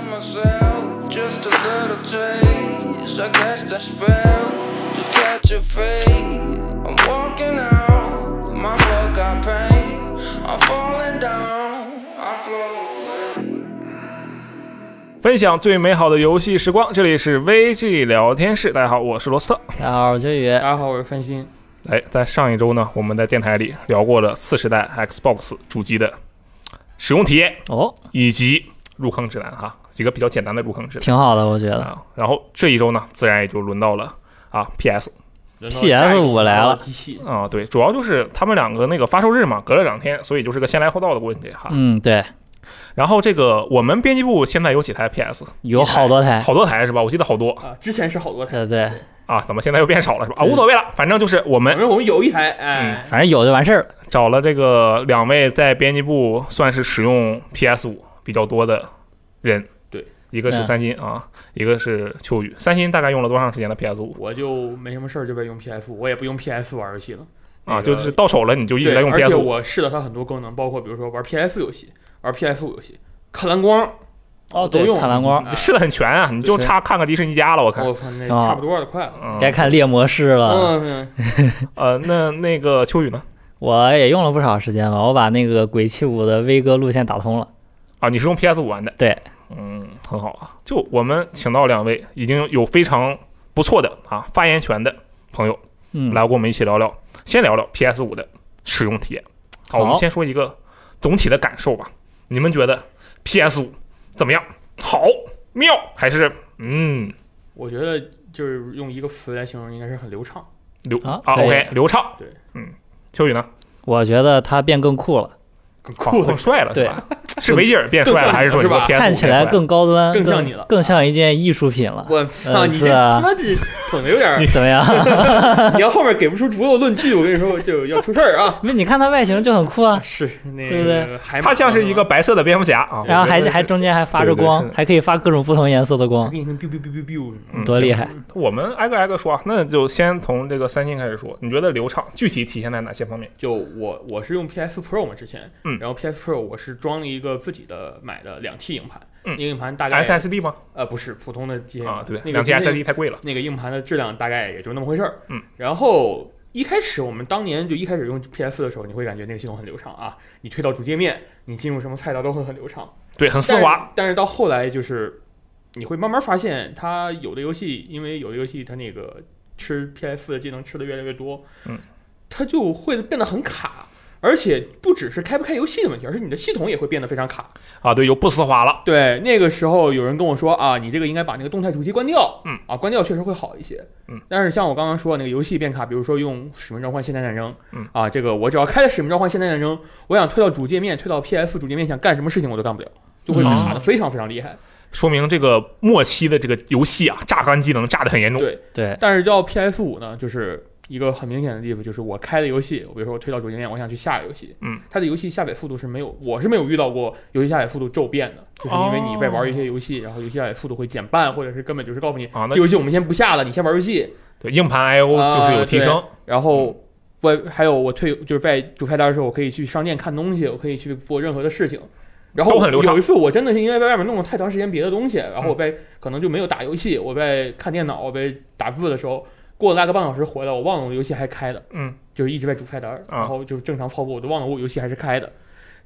myself just a little taste. I guess the spell to catch a fade. I'm walking out, my blood got pain. I'm falling down, I float away. 分享最美好的游戏时光，这里是 VG 聊天室。大家好，我是罗斯特。大家好，我是周宇。大家好，我是范鑫。哎，在上一周呢，我们在电台里聊过了次时代 Xbox 主机的使用体验哦，以及入坑指南哈，几个比较简单的入坑指南挺好的，我觉得。啊。然后这一周呢，自然也就轮到了啊 PS PS 五来了，机器啊，对，主要就是他们两个那个发售日嘛，隔了两天，所以就是个先来后到的问题哈。嗯，对，然后这个我们编辑部现在有几台 PS，有好多台。好多台是吧？我记得好多啊，之前是好多 对台，对，啊，怎么现在又变少了是吧？啊，对无所谓了，反正就是我们反正我们有一台，哎，反正有就完事儿了。找了这个两位在编辑部算是使用 PS 五比较多的人，对，一个是嗯三星啊，一个是秋雨。三星大概用了多长时间的 PS 五我就没什么事儿就在用 PS，我也不用 PS 玩游戏了啊？那个就是到手了你就一直对在用而且 PS 五，我试了它很多功能，包括比如说玩 PS 游戏、玩 PS 五游戏、看蓝光，哦，我都对用，看蓝光，你试的很全啊，你就差看个迪士尼家了，我看。我靠，那啊差不多了，快了。嗯该看猎魔士了。嗯，嗯呃，那那个秋雨呢？我也用了不少时间吧，我把那个鬼泣五的威哥路线打通了。啊，你是用 PS 五玩的？对，嗯，很好啊。就我们请到两位已经有非常不错的啊发言权的朋友嗯，来跟我们一起聊聊，先聊聊 PS 五的使用体验。好，我们好先说一个总体的感受吧。你们觉得 PS 五怎么样？好妙还是嗯我觉得就是用一个词来形容，应该是很流畅。流啊啊可以？OK，流畅。对，嗯，秋雨呢？我觉得它变更酷了，更酷更帅了是吧？是维吉尔变 帅了，更还是说你是说吧 PS 看起来更高端，更更像你了更像一件艺术品了。我操！你这是啊他妈这捧的有点儿，怎么样？ 你要后面给不出足够论据，我跟你说就要出事儿 啊！不是，你看它外形就很酷啊，是那对不个对海马，他像是一个白色的蝙蝠侠啊，然后还对对对还中间还发对着对光是，还可以发各种不同颜色的我光，给你说 biu biu biu biu biu，嗯多厉害！我们挨个挨个说，啊，那就先从这个三星开始说。你觉得流畅具体体现在哪些方面？就我我是用 PS Pro 嘛之前，嗯然后 PS Pro 我是装了一个自己的买的两 T 硬盘，嗯那个硬盘大概？SSD 吗？呃不是普通的机械硬盘啊，对，那两个 T 机械 SSD 太贵了。那个硬盘的质量大概也就那么回事儿。嗯，然后一开始我们当年就一开始用 PS 的时候，你会感觉那个系统很流畅啊，你推到主界面，你进入什么菜单都会很流畅，对，很丝但是滑。。但是到后来就是你会慢慢发现，它有的游戏因为有的游戏它那个吃 PS 的技能吃的越来越多，嗯，它就会变得很卡。而且不只是开不开游戏的问题，而是你的系统也会变得非常卡。啊，对，有不丝滑了。对，那个时候有人跟我说啊，你这个应该把那个动态主机关掉，嗯，啊，关掉确实会好一些，嗯。但是像我刚刚说的那个游戏变卡，比如说用《使命召唤：现代战争》，嗯，啊，这个我只要开了《使命召唤：现代战争》，我想推到主界面，推到 PS 主界面，想干什么事情我都干不了，就会嗯卡的非常非常厉害。说明这个末期的这个游戏啊，榨干技能榨得很严重。对，对，但是到 PS 五呢，就是一个很明显的地方，就是我开的游戏，我比如说我推到主界面，我想去下游戏，嗯，它的游戏下载速度是没有，我是没有遇到过游戏下载速度骤变的，就是因为你在玩一些游戏，然后游戏下载速度会减半，或者是根本就是告诉你。啊，那这游戏我们先不下了，你先玩游戏。对硬盘 I O 啊就是有提升。然后我还有我退就是在主菜单的时候，我可以去商店看东西，我可以去做任何的事情。然后都很流畅嗯有一次我真的是因为在外面弄了太长时间别的东西，然后我在可能就没有打游戏，我在看电脑，我在打字的时候，过了大概半小时回来，我忘了我的游戏还开的，嗯，就是一直在主菜单，啊然后就是正常操作，我都忘了我游戏还是开的。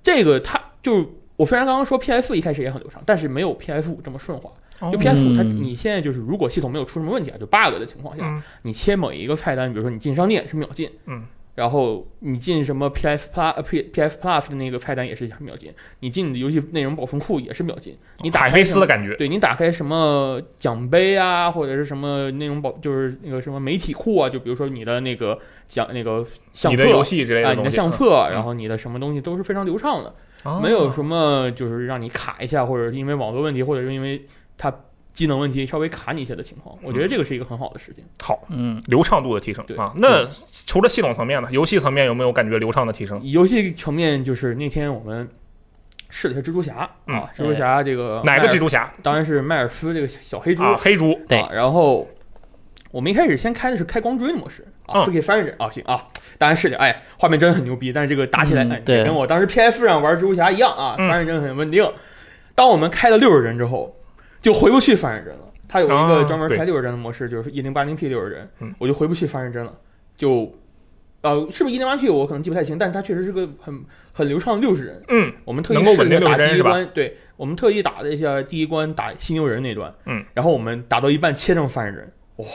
这个它就是我虽然刚刚说 PS 一开始也很流畅，但是没有 PS 五这么顺滑。就哦 PS 五，它嗯你现在就是如果系统没有出什么问题啊，就 bug 的情况下，嗯你切某一个菜单，比如说你进商店是秒进，嗯，然后你进什么 PS Plus 呃 P PS Plus 的那个菜单也是秒进，你进你的游戏内容保存库也是秒进，你打哦海开飞丝的什么感觉。对你打开什么奖杯啊，或者是什么内容保，就是那个什么媒体库啊，就比如说你的那个奖那个相你册的游戏之类啊，的你东的西，相册，嗯然后你的什么东西都是非常流畅的。啊没有什么就是让你卡一下，或者是因为网络问题，或者是因为它机能问题稍微卡你一下的情嗯况，我觉得这个是一个很好的事情。好嗯，流畅度的提升对啊。那除了系统层面呢，游戏层面有没有感觉流畅的提升？游戏层面就是那天我们试了一下蜘蛛侠嗯啊，蜘蛛侠这个哪个蜘蛛？蛛侠当然是迈尔斯这个小黑猪啊？黑猪对啊然后我们一开始先开的是开光追模式啊，嗯四 K 三十帧啊，行啊，当然是的，哎，画面真的很牛逼，但是这个打起来，嗯哎，对跟我当时 PS 上玩蜘蛛侠一样啊，嗯三十帧很稳定。当我们开到六十帧之后，就回不去翻人帧了。它有一啊个专门对开六十帧的模式，就是一零八零 P 六十帧嗯，我就回不去翻人帧了。就，呃，是不是一零八 P 我可能记不太清，但是它确实是个很很流畅的六十帧。嗯，我们特意能够试稳定着打六十帧第一是吧关，对我们特意打了一下第一关打犀牛人那段，嗯，然后我们打到一半切成翻人帧，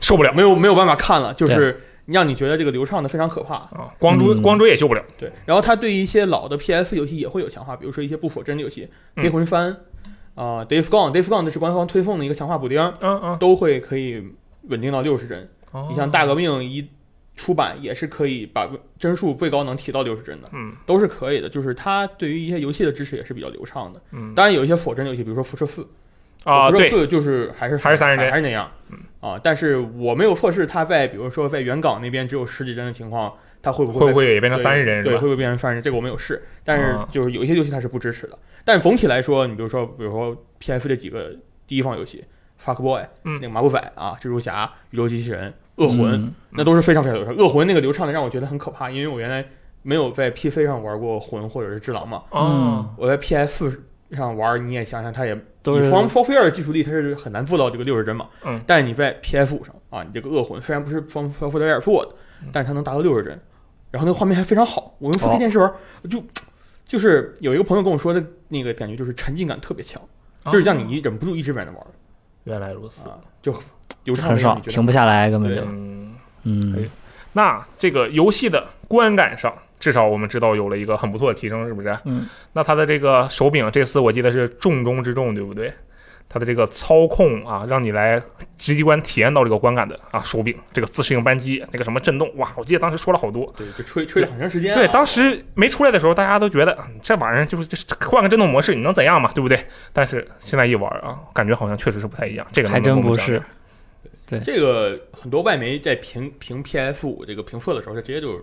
受不了没有没有办法看了，就是让你觉得这个流畅的非常可怕。啊，光追、嗯光追也修不了。对，然后它对一些老的 PS 游戏也会有强化，比如说一些不锁帧的游戏，《嗯猎魂三》啊，《Days Gone》，《Days Gone》这是官方推送的一个强化补丁，嗯嗯，都会可以稳定到六十帧。哦你像《大革命》一出版也是可以把帧数最高能提到六十帧的，嗯都是可以的。就是它对于一些游戏的支持也是比较流畅的。嗯当然有一些锁帧游戏，比如说《辐射四》呃啊，辐射对，四就是还是还是嗯三十帧还是那样，啊，但是我没有测试它在比如说在原港那边只有十几帧的情况，它会不会不会会也变成三十人对，是吧？会不会变成三十人？这个我没有试，但是啊就是有一些游戏它是不支持的。但总体来说，你比如说，比如说 PS 这几个第一方游戏，Fuck Boy，嗯那个麻布仔啊，蜘蛛侠、宇宙机器人、恶魂，嗯那都是非常非常流畅。恶魂那个流畅的让我觉得很可怕，因为我原来没有在 PC 上玩过魂或者是只狼嘛，哦，我在 PS 上玩，你也想想，它也都你是 From Software 的技术力它是很难做到这个六十帧嘛。嗯。但是你在 PS 五上啊，你这个恶魂虽然不是 From Software 做的，嗯但是它能达到六十帧，然后那个画面还非常好。我用哦 4K 电视玩，就就是有一个朋友跟我说的那个感觉就是沉浸感特别强，哦就是让你忍不住一直在那玩原来如此。啊，就流畅很地让爽你，觉得停不下来，根本就对嗯，哎嗯那这个游戏的观感上，至少我们知道有了一个很不错的提升，是不是？嗯。那它的这个手柄，这次我记得是重中之重，对不对？它的这个操控啊，让你来直观体验到这个观感的啊，手柄这个自适应扳机，那个什么震动，哇！我记得当时说了好多。对，就吹吹了很长时间啊、对，当时没出来的时候，大家都觉得嗯这玩意儿就是就是换个震动模式，你能怎样嘛，对不对？但是现在一玩啊，感觉好像确实是不太一样。这个能还能真跟我不们讲是讲。，这个很多外媒在评评 PS 五这个评测的时候，就直接就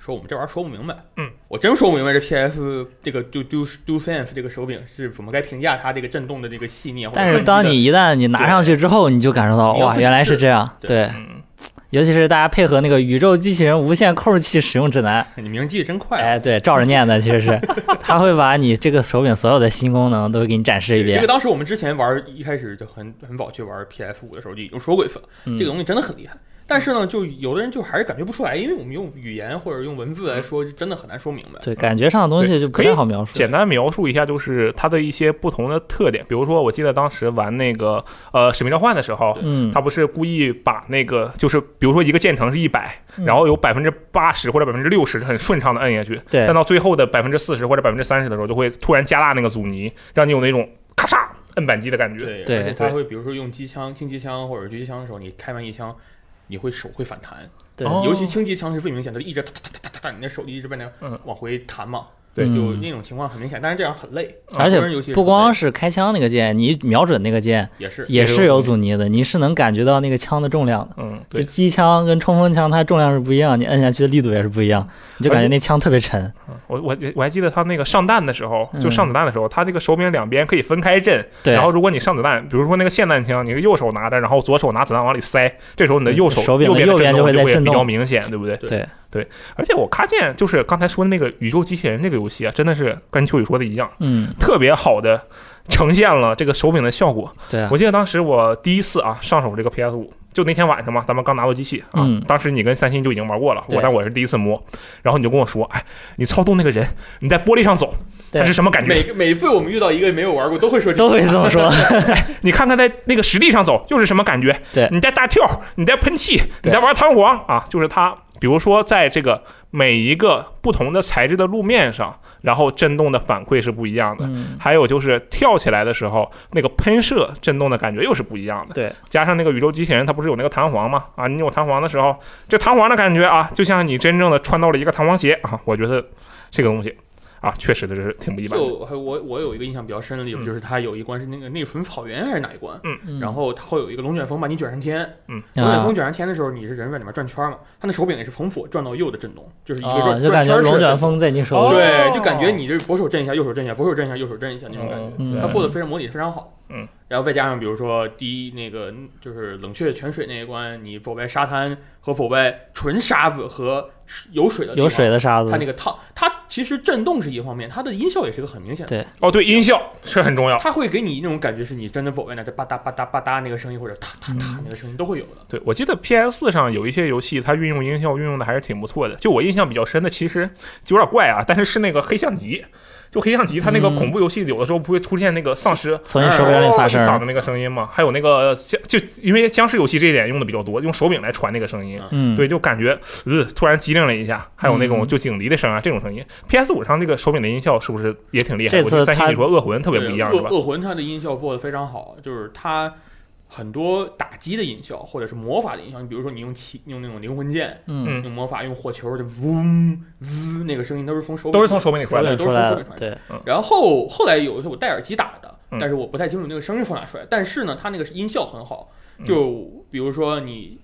说我们这玩意儿说不明白。嗯，我真说不明白这 PS 这个 Do Do Do Sense 这个手柄是怎么该评价它这个震动的这个细腻。啊但是当你一旦你拿上去之后，你就感受到你要哇，自己原来是试这样。对对，嗯，尤其是大家配合那个宇宙机器人无线控制器使用指 南，你名记得真快、啊，哎，对，照着念的其实 是，它会把你这个手柄所有的新功能都给你展示一这遍个。当时我们之前玩一开始就很很早去玩 PS 五的时候就已经说过一次了，嗯这个东西真的很厉害。但是呢，就有的人就还是感觉不出来，因为我们用语言或者用文字来说，真的很难说明白。对，感觉上的东西就不可以太好描述。简单描述一下，就是它的一些不同的特点。比如说，我记得当时玩那个呃《使命召唤》的时候，嗯，他不是故意把那个就是比如说一个建成是一百，嗯然后有百分之八十或者百分之六十很顺畅的摁下去，对但到最后的百分之四十或者百分之三十的时候，就会突然加大那个阻尼，让你有那种咔嚓摁扳机的感觉。对，对而且他会比如说用机枪、轻机枪或者狙击枪的时候，你开完一枪，你会手会反弹，对哦尤其轻机枪是最明显的，一直哒哒哒哒哒哒，你的手就一直在那嗯往回弹嘛，对就嗯那种情况很明显，但是这样很累，而且很多人啊尤其是不很光累是开枪那个键，你瞄准那个键也是也也是有有阻尼的，你是能感觉到那个枪的重量的。嗯，就对，机枪跟冲锋枪，它重量是不一样，你摁下去的力度也是不一样，你就感觉那枪特别沉。我我我还记得他那个上弹的时候，就嗯上子弹的时候，他这个手柄两边可以分开震，对，然后如果你上子弹，比如说那个霰弹枪，你是右手拿着，然后左手拿子弹往里塞，这时候你的对右手嗯手柄的边右边震就会动在会震比较动明显，对不对？对对而且我看见就是刚才说的那个宇宙机器人这个游戏啊，真的是跟秋雨说的一样，嗯，特别好的呈现了这个手柄的效果。对啊我，记得当时我第一次啊上手这个 PS 五，就那天晚上嘛，咱们刚拿到机器啊，嗯当时你跟三星就已经玩过了，我对但我是第一次摸，然后你就跟我说，哎，你操纵那个人，你在玻璃上走，对他是什么感觉？每个每次我们遇到一个没有玩过都会说这都会这么说。你看看在那个实地上走又是什么感觉？对你在大跳，你在喷气，对你在玩弹簧啊，就是它。比如说，在这个每一个不同的材质的路面上，然后震动的反馈是不一样的。 嗯，还有就是跳起来的时候，那个喷射震动的感觉又是不一样的。对，加上那个宇宙机器人，它不是有那个弹簧吗？啊，你有弹簧的时候，这弹簧的感觉啊，就像你真正的穿到了一个弹簧鞋啊。我觉得这个东西啊，确实的是挺不一般的。就还我我有一个印象比较深的例子，嗯就是它有一关是那个内存草原还是哪一关？嗯然后它会有一个龙卷风把你卷上天，龙卷啊风，卷上天的时候，你是人在里面转圈嘛？它那手柄也是从左转到右的震动，就是一个啊，转就感转觉圈式的龙卷震动风在你手哦里。对，就感觉你这左手震一下，右手震一下，左手震一下，右手震一下那种感觉。嗯它做的非常模拟得非常好。嗯，然后再加上比如说第一那个就是冷却泉水那一关，你走在沙滩和走在纯沙子和有水的地方有水的沙子它，那个烫，它其实震动是一方面，它的音效也是个很明显的，对哦，对，音效是很重要。它会给你那种感觉是你真的走在那这吧嗒吧嗒吧嗒那个声音，或者嗒嗒嗯嗒那个声音都会有的。对，我记得 PS 上有一些游戏，它运用音效运用的还是挺不错的。就我印象比较深的，其实就有点怪啊，但是是那个黑象棋。就黑象棋，它那个嗯恐怖游戏有的时候不会出现那个丧尸从你手柄里发一嗓哦声，的那个声音嘛，还有那个僵，就因为僵尸游戏这一点用的比较多，用手柄来传那个声音，嗯，对，就感觉呃突然机灵了一下，还有那种嗯就警笛的声啊，这种声音。PS 五上那个手柄的音效是不是也挺厉害？我这次记得三星它你说恶魂特别不一样对是恶吧？恶魂它的音效做的非常好，就是它很多打击的音效或者是魔法的音效，你比如说你用气用那种灵魂剑，嗯，嗯用魔法用火球就嗡嗡那个声音都是从手都是从手。手柄里出来对的。都出是来手了柄传，对，然后后来有一次我戴耳机打的，嗯但是我不太清楚那个声音从哪出来，但是呢，它那个是音效很好，嗯就比如说你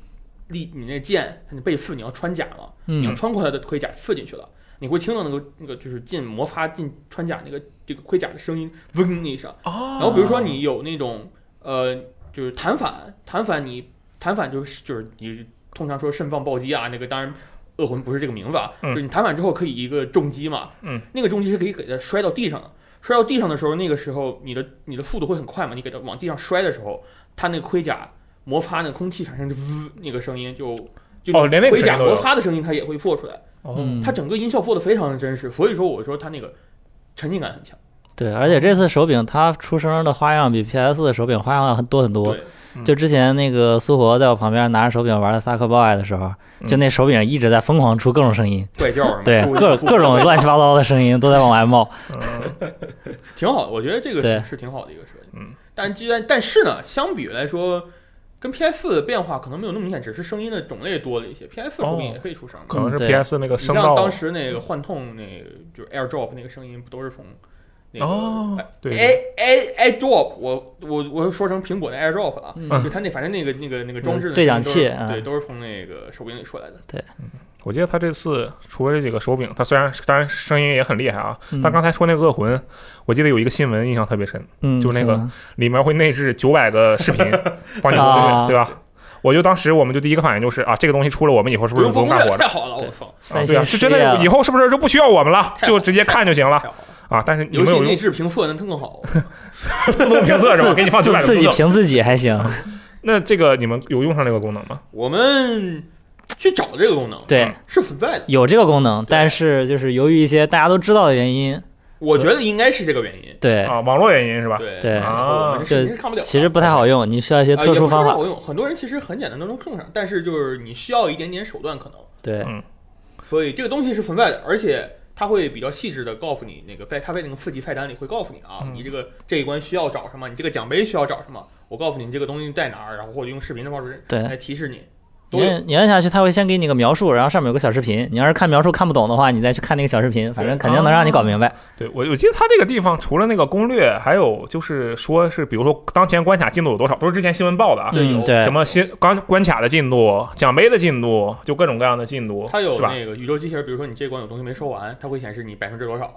立你那剑，你背刺你要穿甲嘛，你要嗯穿过它的盔甲刺进去了，你会听到那个那个就是进摩擦进穿甲那个这个盔甲的声音，嗡一声。哦然后比如说你有那种呃，就是弹反，弹反你弹反就是就是你通常说盛放暴击啊，那个当然。恶魂不是这个名字啊，嗯就是你弹反之后可以一个重击嘛，嗯，那个重击是可以给它摔到地上的，摔到地上的时候，那个时候你的你的速度会很快嘛，你给它往地上摔的时候，它那个盔甲摩擦那个空气产生的呜那个声音就就哦连那个盔声甲音都有摩擦的声音它也会做出来，哦，嗯，它整个音效做的非常的真实，所以说我说它那个沉浸感很强，对，而且这次手柄它出声的花样比 PS 的手柄花样很多很多。对，嗯就之前那个苏活在我旁边拿着手柄玩的《萨克 boy》的时候，就嗯那手柄一直在疯狂出各种声音，怪叫什么对，出各出各种乱七八糟的声音都在往外冒。嗯 挺好的，我觉得这个对是是挺好的一个设计。嗯，但居然但是呢，相比来说，跟 PS 的变化可能没有那么明显，只是声音的种类多了一些。PS 哦手柄也可以出声嘛。可能是嗯对 PS 那个你声像道当时那个幻痛，那个就是 AirDrop 那个声音，不都是从那个哦，对，哎哎哎 drop，我我我说成苹果的 AirDrop 了，嗯就它那反正那个那个那个装置的对讲声音器都是啊对，都是从那个手柄里出来的。我记得他这次除了这几个手柄，他虽然当然声音也很厉害啊，嗯但刚才说那个恶魂，我记得有一个新闻印象特别深，嗯，就那是个啊吗里面会内置九百个视频 帮你啊对对吧？我就当时我们就第一个反应就是啊，这个东西出了，我们以后是不不是用不分用工干了，活了？太好了，我操，啊三对星啊，是真的，以有后是不是就不需要我们了？太好就了直接看就行太了好了！啊！但是你游们戏有内用置评测能更好。自动评测是吧？给你放九百个 自评己测，评自己还行，嗯那这个你们有用上这个功能吗？我们去找这个功能，对，是存在的，嗯有这个功能，对但是就是由于一些大家都知道的原因，我觉得应该是这个原因。对，啊，网络原因是吧？对对然后我们这啊视频是看不了的，其实不太好用，你需要一些呃。特也殊不是方不啊法。好用，很多人其实很简单都能控上，但是就是你需要一点点手段可能，对嗯，所以这个东西是存在的，而且它会比较细致的告诉你那个在它在那个刺激菜单里会告诉你啊，嗯你这个这一关需要找什么，你这个奖杯需要找什么，我告诉你这个东西在哪儿，然后或者用视频的方式对来提示你，都你有按你按下去，它会先给你个描述，然后上面有个小视频。你要是看描述看不懂的话，你再去看那个小视频，反正肯定能让你搞明白。对我我记得他这个地方除了那个攻略，还有就是说是比如说当前关卡进度有多少，都是之前新闻报的啊。对有嗯，对什，么新关关卡的进度、奖杯的进度，就各种各样的进度，它有是吧？那个宇宙机器人，比如说你这关有东西没收完，它会显示你百分之多少。啊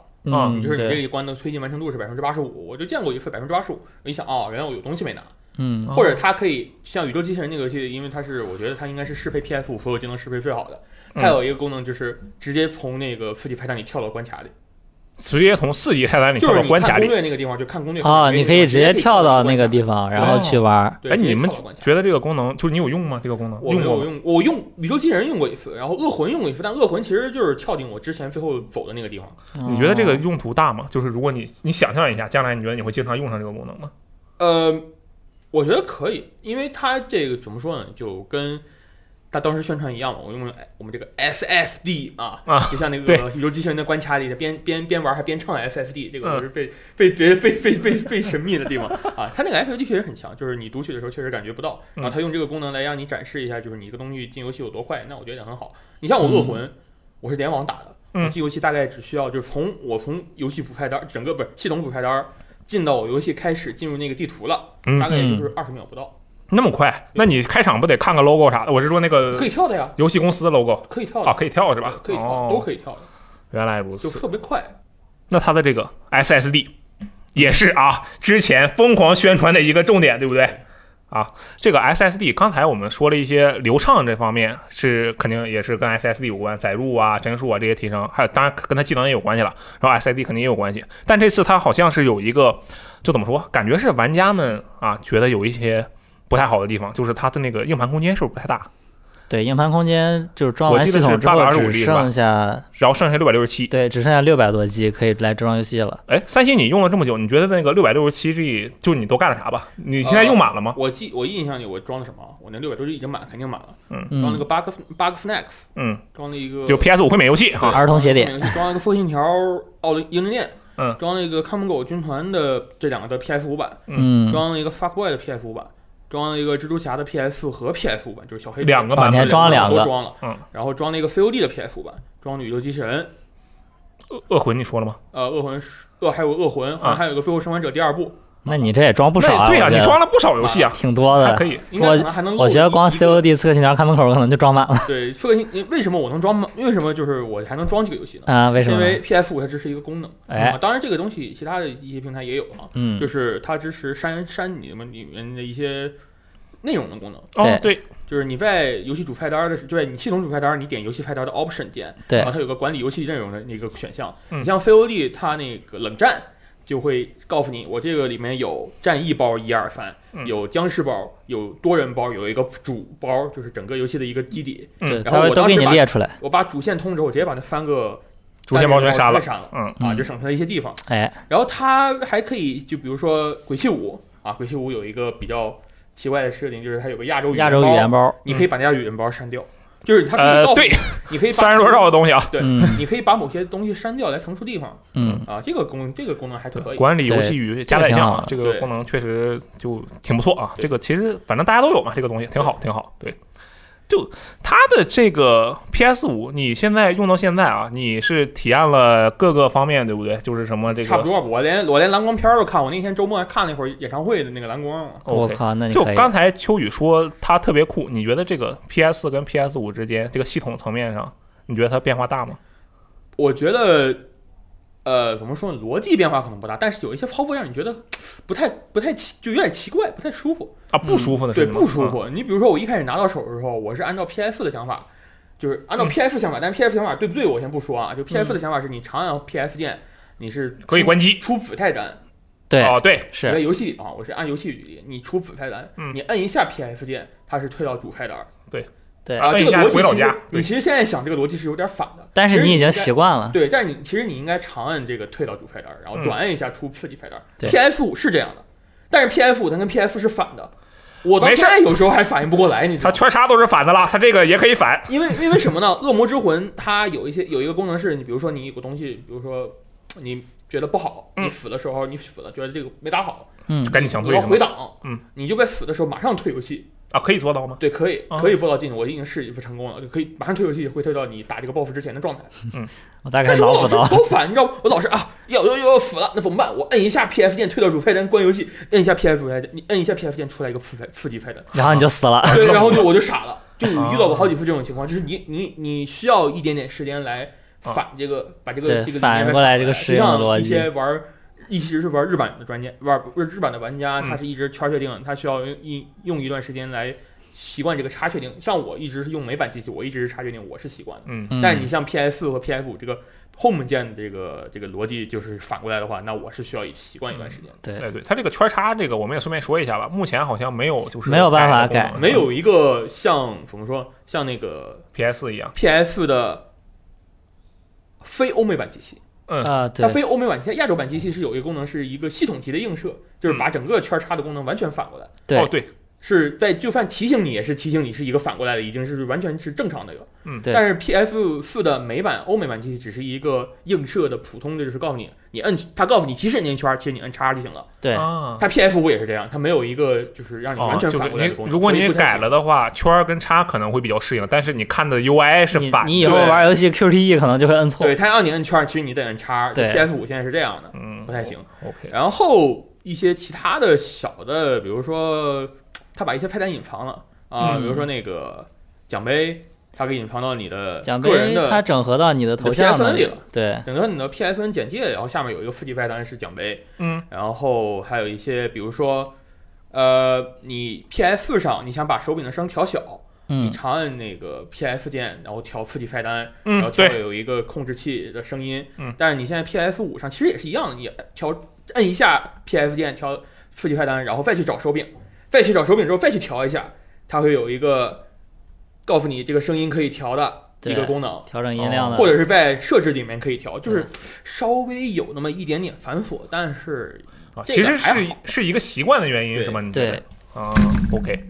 嗯，就是你这对，一关的推进完成度是百分之八十五，我就见过一次百分之八十五，我一想哦，原来我有东西没拿，啊嗯，或者它可以像宇宙机器人那个游戏，因为它是我觉得它应该是适配 PS 五所有技能适配最好的，它有一个功能就是直接从那个刺激排档里跳到关卡里，直接从四级菜单里就跳是到你关看卡攻里。略那个地方就看攻略哦，你可以直接跳到那个方，地方，然后去玩儿。对，哎，你们直接跳到关卡觉得这个功能就是你有用吗？这个功能我没过有吗？用，我用宇宙机器人用过一次，然后恶魂用过一次，但恶魂其实就是跳进我之前最后走的那个地方，你觉得这个哦用途大吗？就是如果你你想象一下，将来你觉得你会经常用上这个功能吗？呃，我觉得可以，因为它这个怎么说呢，就跟他当时宣传一样嘛，我用了我们这个 SSD 啊，啊就像那对个宇宙机器人的关卡里的边边边玩还边唱 SSD，这个嗯我是被、被别被被被被神秘的地方啊，它那个 SSD 确实很强，就是你读取的时候确实感觉不到，嗯然后它用这个功能来让你展示一下，就是你一个东西进游戏有多快，那我觉得也很好。你像我恶魂，我是联网打的。嗯我进游戏大概只需要就是从我从游戏主菜单整个不是系统主菜单进到我游戏开始进入那个地图了，嗯大概也就是二十秒不到，那么快？那你开场不得看个 logo 啥的？我是说那可个以跳的呀，游戏公司的 logo 可以跳的啊，可以跳是吧？可以跳，都哦，可以跳的，原来如就此。特别快。那它的这个 SSD 也是啊，之前疯狂宣传的一个重点，对不对？啊，这个 SSD，刚才我们说了一些流畅这方面是肯定也是跟 SSD 有关，载入啊、帧数啊这些提升，还有当然跟它技能也有关系了，然后 SSD 肯定也有关系。但这次它好像是有一个，就怎么说，感觉是玩家们啊觉得有一些不太好的地方，就是它的那个硬盘空间是不是不太大？对，硬盘空间就是装我完记系得统是之后825只是吧剩下然后剩下六百六十七，对，只剩下六百多 G 可以来装游戏了。哎，三星你用了这么久，你觉得那个六百六十七 G 就你都干了啥吧？你现在用满了吗？我记我印象里我装了什么？我那六百多 G 已经满，肯定满了。装嗯了个 bug bug snacks，嗯，装了一个就 PS 五会免游戏对啊，儿童鞋装垫了一个装了个《复信条》奥林英灵殿，嗯装了一个看门狗军团的这两个的 PS 五版，嗯，装了一个 Fuckboy 的 PS 五版，装了一个蜘蛛侠的 PS 四和 PS 五版，就是小黑两个版本哦你还装了两个都装了，嗯，然后装了一个 COD 的 PS 五版，装了宇宙机器人，恶魂你说了吗？呃，恶魂恶还有恶魂，好像还有一个最后生还者第二部，那你这也装不少那啊？对我啊，觉你得装了不少游戏啊，挺多还的可。以。应该可能还能我觉得光 COD 刺客信条看门口可能就装满了对刺客信为什么我能装满？为什么就是我还能装这个游戏呢？啊？为什么因呢？为 PS 五它支持一个功能，哎啊当然这个东西其他的一些平台也有啊，嗯，就是它支持删删你们里面的一些内容的功能，哦，对，就是你在游戏主菜单的时，对你系统主菜单，你点游戏菜单的 Option 键，对然后它有个管理游戏内容的那个选项，嗯你像 COD 它那个冷战就会告诉你，我这个里面有战役包一二三嗯，有僵尸包，有多人包，有一个主包，就是整个游戏的一个基底，对，嗯然后他会都我当给时你把列出来。我把主线通知，我直接把那三个主线包全杀单了元包全。删了。嗯，啊，嗯就省出来一些地方。哎，然后它还可以，就比如说《鬼泣五》啊，《鬼泣五》有一个比较奇怪的设定，就是它有个亚洲亚洲语言包，包，你可以把那亚洲语言包删掉，就是它可以呃告，诉你对，你可以把三十多兆，的东西啊，对嗯你可以把某些东西删掉来腾出地方嗯，啊，这个功这个功能还可以。管理游戏与加载这个挺项好啊的这个对功能确实就挺不错啊。对这个其实反正大家都有嘛，这个东西挺好，挺好。对，就它的这个 PS 五，你现在用到现在啊，你是体验了各个方面，对不对？就是什么这个差不多吧，我连我连蓝光片儿都看，我那天周末还看了一会儿演唱会的那个蓝光啊嘛。我 OK 靠，那你就可以。刚才秋雨说它特别酷，你觉得这个 PS 跟 PS 五之间这个系统层面上，你觉得它变化大吗？我觉得，呃，怎么说呢，逻辑变化可能不大，但是有一些操作让你觉得不太不太奇，就有点奇怪，不太舒服。啊，不舒服呢？对，是吗嗯不舒。服。你比如说，我一开始拿到手的时候，我是按照 PS 的想法，就是按照嗯 PS 想法，但是 PS 想法对不对，我先不说啊。就 PS 嗯的想法是你长按 PS 键，你是可以关机出子太单。对，哦啊，对，我在是游戏里啊，我是按游戏里，你出子菜单嗯，你摁一下 PS 键，它是退到主菜单。对，啊，摁这一个下逻辑回老其实家对你其实现在想这个逻辑是有点反的，但其是实你已经应该习惯了。对，但是你其实你应该长按这个退到主菜单，然后嗯短按一下出刺激菜单。对 PS 五是这样的，但是 PS 五它跟 PS 是反的。我到没现事儿在有时候还反应不过来，你知道它吗？圈啥都是反的啦，它这个也可以反。因为因为什么呢？恶魔之魂它有一些有一个功能是，你比如说你有个东西，比如说你觉得不好，嗯你死的时候你死了，觉得这个没打好，嗯就，赶紧想你退要是吗回档，嗯，你就在死的时候马上退游戏，啊，可以做到吗？对，可以啊可以做到进，我已经试一次成功了，就可以马上退游戏，会退到你打这个 BOSS 之前的状态。我大概但是脑我老补是到。都反，你知道吗，我老是啊，要要要死了，那怎么办？我摁一下 PF 键退到主菜单关游戏，摁一下 PF 主菜单，你摁一下 PF 键出来一个刺菜刺激菜单，然后你就死了。 对，然后就我就傻了，就遇到过好几次这种情况，就是你你你需要一点点时间来反这个，把这个对这个反理念过来这个来适应的就像逻辑一些玩儿一直是玩日版的专家，玩日版的玩家，嗯他是一直圈确定，他需要用一用一段时间来习惯这个叉确定。像我一直是用美版机器，我一直是叉确定，我是习惯的。嗯，嗯但是你像 PS 四和 PS 五这个 Home 键的这个这个逻辑，就是反过来的话，那我是需要习惯一段时间的。哎，对，它这个圈叉这个，我们也顺便说一下吧。目前好像没有，就是没有办法改的改功能，没有一个像怎么说，像那个 PS 一样。 PS 的非欧美版机器，啊，它对，非欧美版机器，亚洲版机器是有一个功能，是一个系统级的映射，就是嗯把整个圈叉的功能完全反过来，对哦，对，是在就算提醒你，也是提醒你是一个反过来的，已经是完全是正常的了。嗯对但是 PS 四的美版、欧美版机器只是一个映射的普通的，就是告诉你，你摁它告诉你，即使你摁圈，其实你摁叉就行了。对啊，它 PS 五也是这样，它没有一个就是让你哦完全就是反过来的你功能。如果所以你不太改行了的话，圈儿跟叉可能会比较适应，但是你看的 UI 是你反的。你以后对玩游戏 QTE 可能就会摁错。对，它让你摁圈，其实你得摁叉。对 PS 五现在是这样的，嗯，不太行。 OK，然后一些其他的小的，比如说他把一些菜单隐藏了啊、嗯比如说那个奖杯，它给隐藏到你的奖个杯人它的整合到你的头像你的 PSN 那里了对，整个你的 PSN 简介，然后下面有一个四级菜单是奖杯，嗯，然后还有一些比如说呃，你 PS 上你想把手柄的声调小，你嗯长按那个 PS 键，然后调刺激菜单，然后嗯，调对，有一个控制器的声音。嗯但是你现在 PS 五上其实也是一样的，你调摁一下 PS 键调刺激菜单，然后再去找手柄，再去找手柄之后再去调一下，它会有一个告诉你这个声音可以调的一个对功能。调整音量的，哦或者是在设置里面可以调，就是稍微有那么一点点繁琐，但是啊，这其个实还是好是一个习惯的原因，对是吧？你觉得对，啊，OK。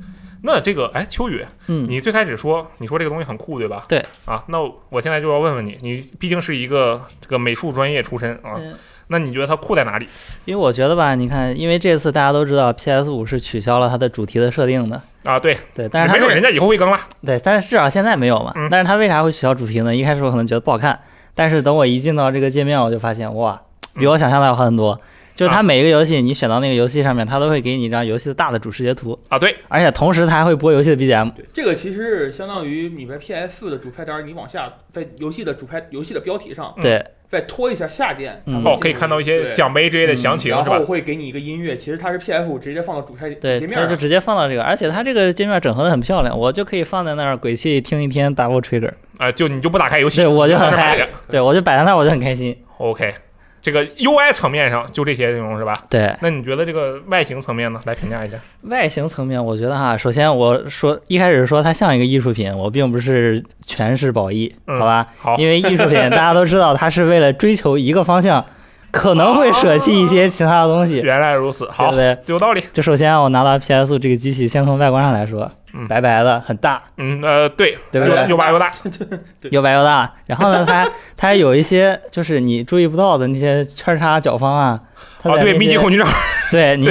那这个，哎，秋雨，嗯，你最开始说你说这个东西很酷，对吧？对啊，那我现在就要问问你，你毕竟是一个这个美术专业出身啊，嗯那你觉得它酷在哪里因为我觉得吧，你看，因为这次大家都知道 PS 五是取消了它的主题的设定的，啊？对，对，但是它没准人为家以后会更了。对，但是至少现在没有嘛。嗯但是它为啥会取消主题呢？一开始我可能觉得不好看，但是等我一进到这个界面，我就发现哇，比嗯我想象的要好很啊多。就是它每个游戏，你选到那个游戏上面，它都会给你一张游戏的大的主视觉图，啊，对，而且同时它还会播游戏的 BGM。对这个其实相当于你在 PS 的主菜单，你往下在游戏的主菜游戏的标题上嗯对，再拖一下下键，嗯它会哦，可以进入看到一些对奖杯之类的详情，然是吧后？会给你一个音乐，其实它是 PS 五直接放到主菜对，界面它就儿。直接放到这个，而且它这个界面整合的很漂亮，我就可以放在那儿鬼泣听一天 Double Trigger，啊，就你就不打开游戏，对我就很在那儿嗨摆着。对我就摆在那儿我就很开心。 OK，这个 UI 层面上就这些内容是吧？对，那你觉得这个外形层面呢？来评价一下。外形层面，我觉得哈，首先我说一开始说它像一个艺术品，我并不是全是褒义，嗯好吧？好，因为艺术品大家都知道，它是为了追求一个方向，可能会舍弃一些其他的东西，原来如此，对哦好不，对？有道理。就首先啊我拿到 PS 这个机器，先从外观上来说嗯，白白的，很大，嗯，呃，对，对不又对又拔又大， 对又白又大。然后呢，它它有一些就是你注意不到的那些圈叉角方啊，它啊，在对，那密集些恐惧症对你，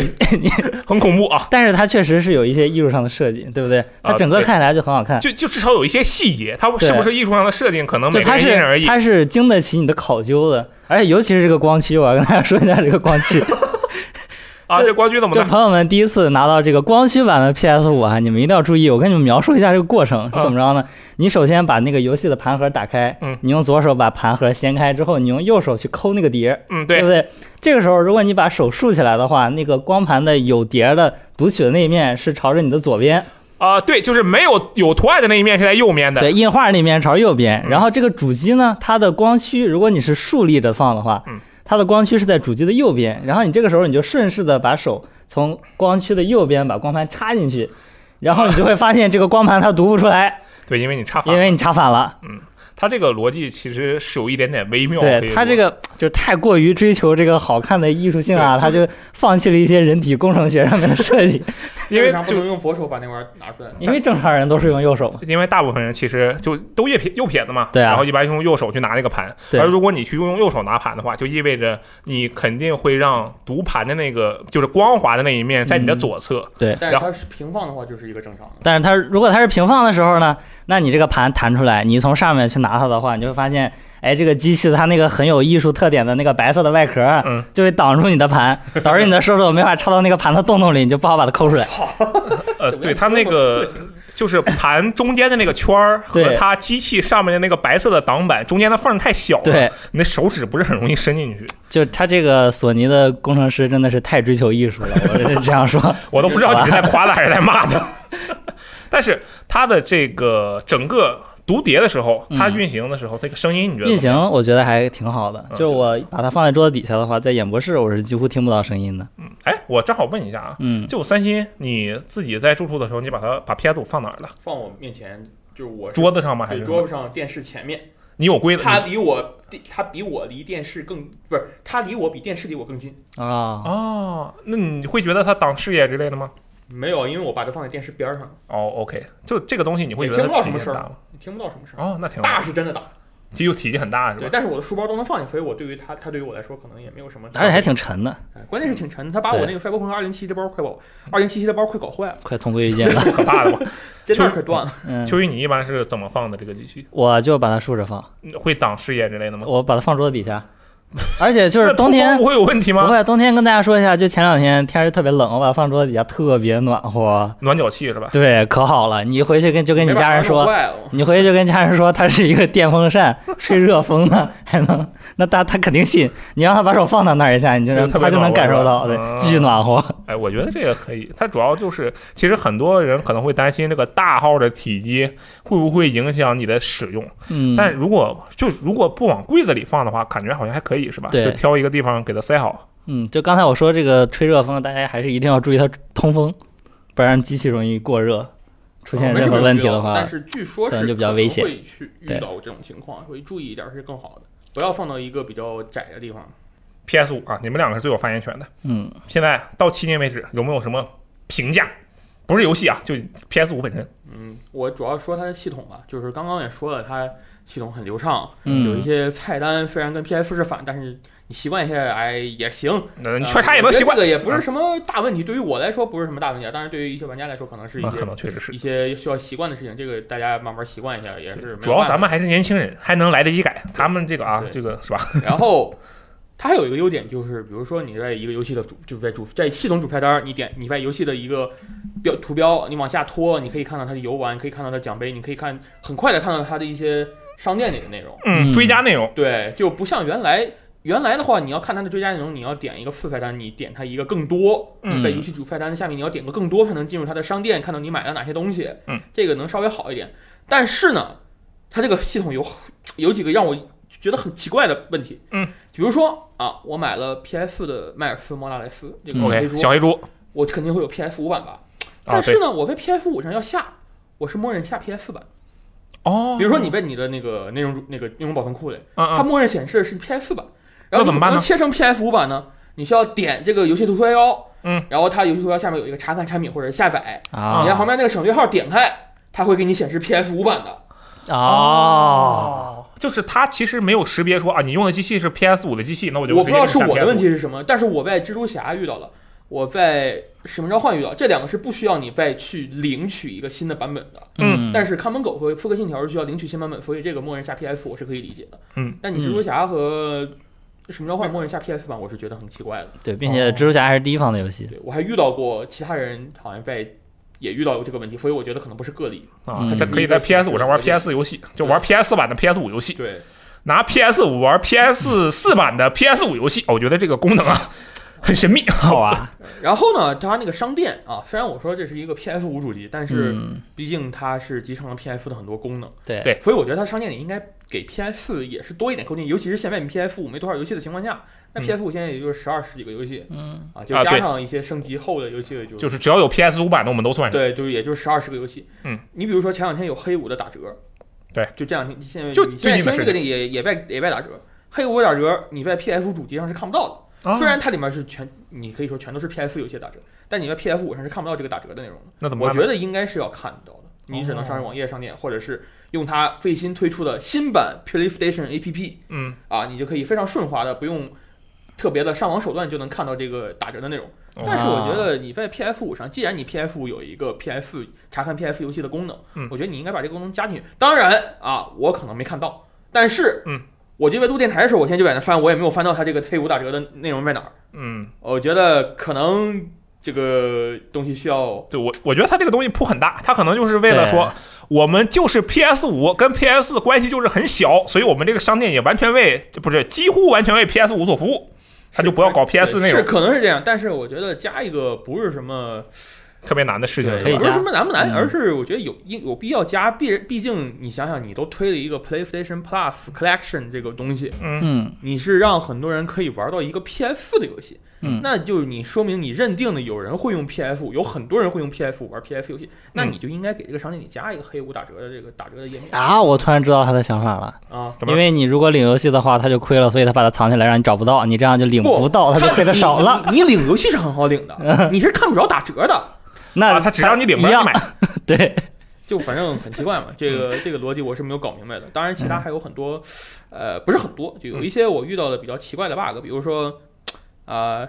很恐怖啊，但是它确实是有一些艺术上的设计，对不对？它整个对看起来就很好看。就就至少有一些细节，它是不是艺术上的设定，可能就每个它人因人而是异。它是经得起你的考究的，而且尤其是这个光驱，我要跟大家说一下这个 光驱。啊，这光驱怎么就的？朋友们第一次拿到这个光驱版的 PS 五啊，你们一定要注意，我跟你们描述一下这个过程是怎么着呢？你首先把那个游戏的盘盒打开，嗯你用左手把盘盒掀开之后，你用右手去抠那个碟儿，嗯，对不对，对？这个时候，如果你把手竖起来的话，那个光盘的有碟儿的读取的那一面是朝着你的左边，啊，对，就是没有有图案的那一面是在右面的，对，印画那面朝右边，嗯然后这个主机呢，它的光驱，如果你是竖立着放的话嗯，它的光驱是在主机的右边，然后你这个时候你就顺势的把手从光驱的右边把光盘插进去，然后你就会发现这个光盘它读不出 来，对，因为你插反因了，为你插反 了。它这个逻辑其实是有一点点微妙。可以哦对，说它这个就太过于追求这个好看的艺术性啊，对它就放弃了一些人体工程学上面的设 计，因为啥不就能用左手把那玩意儿拿出来？因为正常人都是用右手嘛。因为大部分人其实就都右撇右撇子嘛，对啊然后一般用右手去拿那个盘，对而如果你去用右手拿盘的话，就意味着你肯定会让读盘的那个就是光滑的那一面在你的嗯左侧，但是然后它是平放的话，就是一个正常的。但是它如果它是平放的时候呢，那你这个盘弹出来，你从上面去拿它的话，你就会发现，哎，这个机器它那个很有艺术特点的那个白色的外壳，啊嗯，就会挡住你的 盘，导致你的手手没法插到那个盘的洞洞里，你就不好把它啊抠出来。呃，怎么对样它那个。就是盘中间的那个圈儿和对它机器上面的那个白色的挡板中间的缝儿太小了，对，你的手指不是很容易伸进去。就它这个索尼的工程师真的是太追求艺术了，我是这 样说。我都不知道你 是在夸他还是在骂他。 但是它的这个整个读碟的时候，它嗯运行的时候，这个声音你觉得运行我觉得还挺好的，嗯就是我把它放在桌子底下的话，在演播室我是几乎听不到声音的。哎，我正好问一下啊，嗯，就三星，你自己在住处的时候，你把它把 PS 五放哪儿了？放我面前，就是我桌子上吗？还对是桌子上电视前面，你有规的？它你离我它比我离电视更不是，它离我比电视离我更近。啊，哦，那你会觉得它挡视野之类的吗？没有，因为我把它放在电视边儿上，哦，OK，就这个东西你会觉也得听不到体积什很么声儿大吗？你听不到什么声儿。哦，那挺好大，是真的大，就体积很大是对，吧？但是我的书包都能放进，所以我对于它，它对于我来说可能也没有什么。而且还挺沉的，哎，关键是挺沉的，它把我对那个赛博朋克二零七这包快把二零七七的包快搞坏了，快同归于 尽了。很大的吧？肩带儿快断了。嗯，秋雨，你一般是怎么放的这个机器？我就把它竖着放。会挡视野之类的吗？ 我把它放桌子底下，而且就是那冬天不会有问题不吗？会，冬天跟大家说一下，就前两天天儿特别冷，我把它放桌子底下，特别暖和。暖脚器是吧？对，可好了，你回去跟就 跟你家人说，坏了，你回去就跟家人说，它是一个电风扇，吹热风的， 还能那他他肯定信。你让他把手放到那儿一下，你就让嗯特他别就暖能和感受到，是对吧，嗯巨暖和。哎，我觉得这个可以。它主要就是，其实很多人可能会担心这个大号的体积会不会影响你的使用。嗯，但如果就如果不往柜子里放的话，感觉好像还可以，是吧？对就挑一个地方给它塞好。嗯，就刚才我说这个吹热风，大家还是一定要注意它通风，不然机器容易过热，出哦现没任什何么问题的话但，是据说可是能就比较危险可能会去遇对到这种情况，会注意一点是更好的，不要放到一个比较窄的地方。 PS 五啊，你们两个是最有发言权的。嗯，现在到迄今为止，有没有什么评价？不是游戏啊，就 PS 五本身。嗯，我主要说它的系统吧，就是刚刚也说了，它系统很流畅，嗯有一些菜单虽然跟 PS 是反，但是你习惯一下，哎也行。那你嗯呃缺啥也能习惯，我觉得这个也不是啊什么大问题，对于我来说不是什么大问题，啊，但是对于一些玩家来说，可能是一啊那可些能确实是一。些需要习惯的事情，这个大家慢慢习惯一下也是没有主要办法咱们还是年轻人，还能来得及改。他们这个啊，对这个是吧？然后它还有一个优点就是，比如说你在一个游戏的主，就是在主在系统主菜单儿，你点你把游戏的一个标图标，你往下拖，你可以看到它的游玩，可以看到它的奖杯，你可以看很快的看到它的一些商店里的内容。嗯，嗯追加内容。对，就不像原来。原来的话，你要看它的追加内容，你要点一个次菜单，你点它一个更多，嗯在游戏主菜单下面你要点个更多，才能进入它的商店，看到你买了哪些东西，嗯，这个能稍微好一点。但是呢，它这个系统有有几个让我觉得很奇怪的问题，嗯，比如说啊，我买了 PS 的迈尔斯莫拉莱斯这个小黑嗯 OK，猪，小黑猪我肯定会有 PS 五版吧，啊，但对是呢，我在 PS 五上要下，我是默认下 PS 版，哦，比如说你在你的那个内容主那个内容保存库里。嗯它嗯，默认显示的是 PS 版，然那后怎么办呢你能切成 PS 五版呢？你需要点这个游戏图标幺，嗯，然后它游戏图标下面有一个查看产品或者下载，啊，你在旁边那个省略号点开，它会给你显示 PS 五版的。哦，就是它其实没有识别说啊，你用的机器是 PS 五的机器，那我就我不知道直是接给你下我的 PS5 问题是什么，但是我在蜘蛛侠遇到了，我在使命召唤遇到，这两个是不需要你再去领取一个新的版本的。嗯但是看门狗和刺客信条是需要领取新版本，所以这个默认下 PS 我是可以理解的。嗯，但你蜘蛛侠和使命召唤默认下 PS 版，我是觉得很奇怪的。对，并且蜘蛛侠还是第一方的游戏，对我还遇到过其他人好像在也遇到过这个问题，所以我觉得可能不是个例。啊，嗯它可以在 PS 五上玩 PS 游戏，就玩 PS 版的 PS 五游戏，对，拿 PS 五玩 PS 四版的 PS 五游戏，哦我觉得这个功能啊很神秘，好啊，然后呢，它那个商店啊，虽然我说这是一个 PS 五主机，但是嗯，毕竟它是集成了 PS 的很多功能，对对所以我觉得它商店里应该给 PS 四也是多一点空间，尤其是现在你 PS 五没多少游戏的情况下，那嗯 PS 五现在也就是十二十几个游戏嗯啊，就啊加对上一些升级后的游戏就就是只要有 PS 五版的我们都算上，对，就是也就是十二十个游戏。嗯，你比如说前两天有黑五的打折，对，就这两天现在就你现在最近的听事这个电影也也在也在打折，黑五打折你在 PS 主机上是看不到的。啊虽然它里面是全，你可以说全都是 PS 游戏的打折，但你在 PS 五上是看不到这个打折的内容的。那怎么我办觉呢？哦得应该是要看到的，你只能上网页商店，或者是用它最新推出的新版 PlayStation APP 嗯，啊，你就可以非常顺滑的不用特别的上网手段就能看到这个打折的内容。哦但是我觉得你在 PS 五上，既然你 PS 五有一个 PS 查看 PS 游戏的功能，嗯我觉得你应该把这个功能加进去。当然啊，我可能没看到，但是，嗯，我就在录电台的时候，我现在就在那翻，我也没有翻到它这个黑五打折的内容在哪儿。嗯，我觉得可能这个东西需要，对我我觉得它这个东西铺很大，它可能就是为了对说。我们就是 PS 五跟 PS 的关系就是很小，所以我们这个商店也完全为不是几乎完全为 PS 五所服务，它就不要搞 PS 那是种可能是这样，但是我觉得加一个不是什么。特别难的事情对。是可以吧不是加什么难不难，嗯而是我觉得有应有必要加，毕毕竟你想想，你都推了一个 PlayStation Plus Collection 这个东西，嗯，嗯你是让很多人可以玩到一个 PS 的游戏，嗯那就是你说明你认定的有人会用 PS 五，有很多人会用 PS 五玩 PS 游戏，那嗯你就应该给这个商店里加一个黑五打折的这个打折的页面啊，我突然知道他的想法了，啊。怎么因为你如果领游戏的话，他就亏了，所以他把它藏起来，让你找不到，你这样就领不到，他就亏的少 了。你。你领游戏是很好 领的，你是看不着打折的，那啊，它只让你领不一让样你买，对，就反正很奇怪嘛。这个这个逻辑我是没有搞明白的。当然，其他还有很多，呃，不是很多，就有一些我遇到的比较奇怪的 bug，比如说，啊，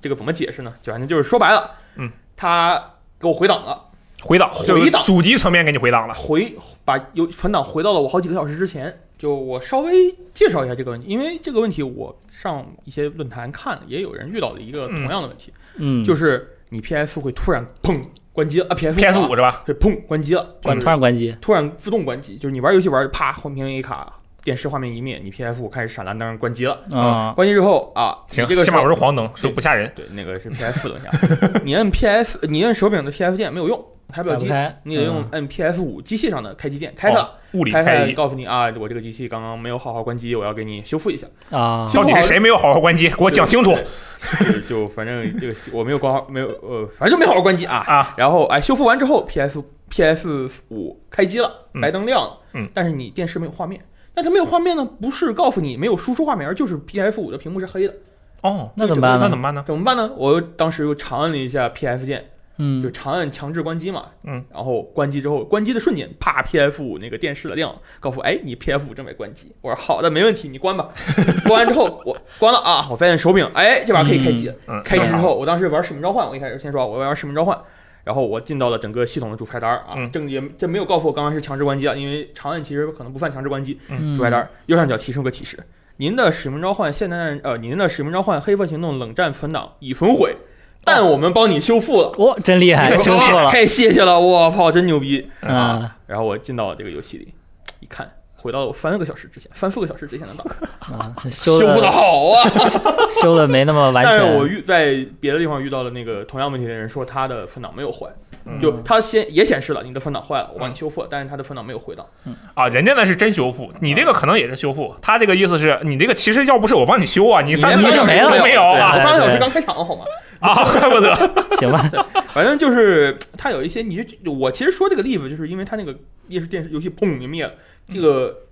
这个怎么解释呢？就反正就是说白了，嗯，他给我回档了。回档，回就是档 主机层面给你回档了。回把游存档回到了我好几个小时之前，就我稍微介绍一下这个问题，因为这个问题我上一些论坛看，也有人遇到的一个同样的问题，嗯，就是是你 PS 会突然砰关机了啊，PS PS 五是吧？会砰关机了，关就是突然关机，突然自动关机，就是你玩游戏玩着啪红屏一卡，电视画面一灭，你 PS 五开始闪蓝灯关机了，啊，关机之后啊，你行，这个起码手我是黄灯，说不吓人。对那个是 PS 等一下， 你摁 PS 你摁手柄的 PS 键没有用，开不打了不机，开，你得用嗯摁 PS 五机器上的开机键开它。哦物理开开开机，告诉你啊，我这个机器刚刚没有好好关机，我要给你修复一下。 啊就到底是谁没有好好关机？给我讲清楚就就反正这个我没有关好，没有呃，反正就没好好关机啊。啊！然后哎，修复完之后，PS PS 五开机了，嗯白灯亮了，嗯，但是你电视没有画面。但它没有画面呢，不是告诉你没有输出画面，而就是 PS 五的屏幕是黑的，哦，那怎么那办那怎呢？么办呢？怎么办呢？我又当时又长按了一下 PS 键，就嗯，长按强制关机嘛，嗯，然后关机之后，关机的瞬间，啪，PS 五那个电视的亮了，告诉我，哎，你 PS 五正在关机。我说好的，没问题，你关吧。关完之后，我关了啊，我发现手柄，哎，这把可以开机了。嗯，开机之正好后，我当时玩使命召唤，我一开始先说啊我要玩使命召唤，然后我进到了整个系统的主菜单儿啊，嗯这个也这没有告诉我刚刚是强制关机啊，因为长按其实可能不算强制关机。嗯主菜单儿右上角提示有个提示。您的《使命召唤》现代呃，您的《使命召唤：黑色行动》冷战存档已焚毁，但我们帮你修复了。哇，真厉 害，哦哎修复了太谢谢了，我靠，真牛逼！啊然后我进到这个游戏里，一看，回到了我三个小时之前，三四个小时之前的档，啊，修修复的的好啊！修的没那么完但全，是我遇在别的地方遇到了那个同样问题的人，说他的存档没有坏，嗯就他先也显示了你的存档坏了，我帮你修复了，但是他的存档没有回档。啊，人家那是真修复，你这个可能也是修复。他这个意思是你这个其实要不是我帮你修啊，你三连四个小半个小时时没都都了没有对啊我三个小对时刚开场，好吗？ 啊，怪不得 行吧，反正就是他有一些，你就我其实说这个例子，就是因为他那个夜视电视游戏砰就灭了，这个嗯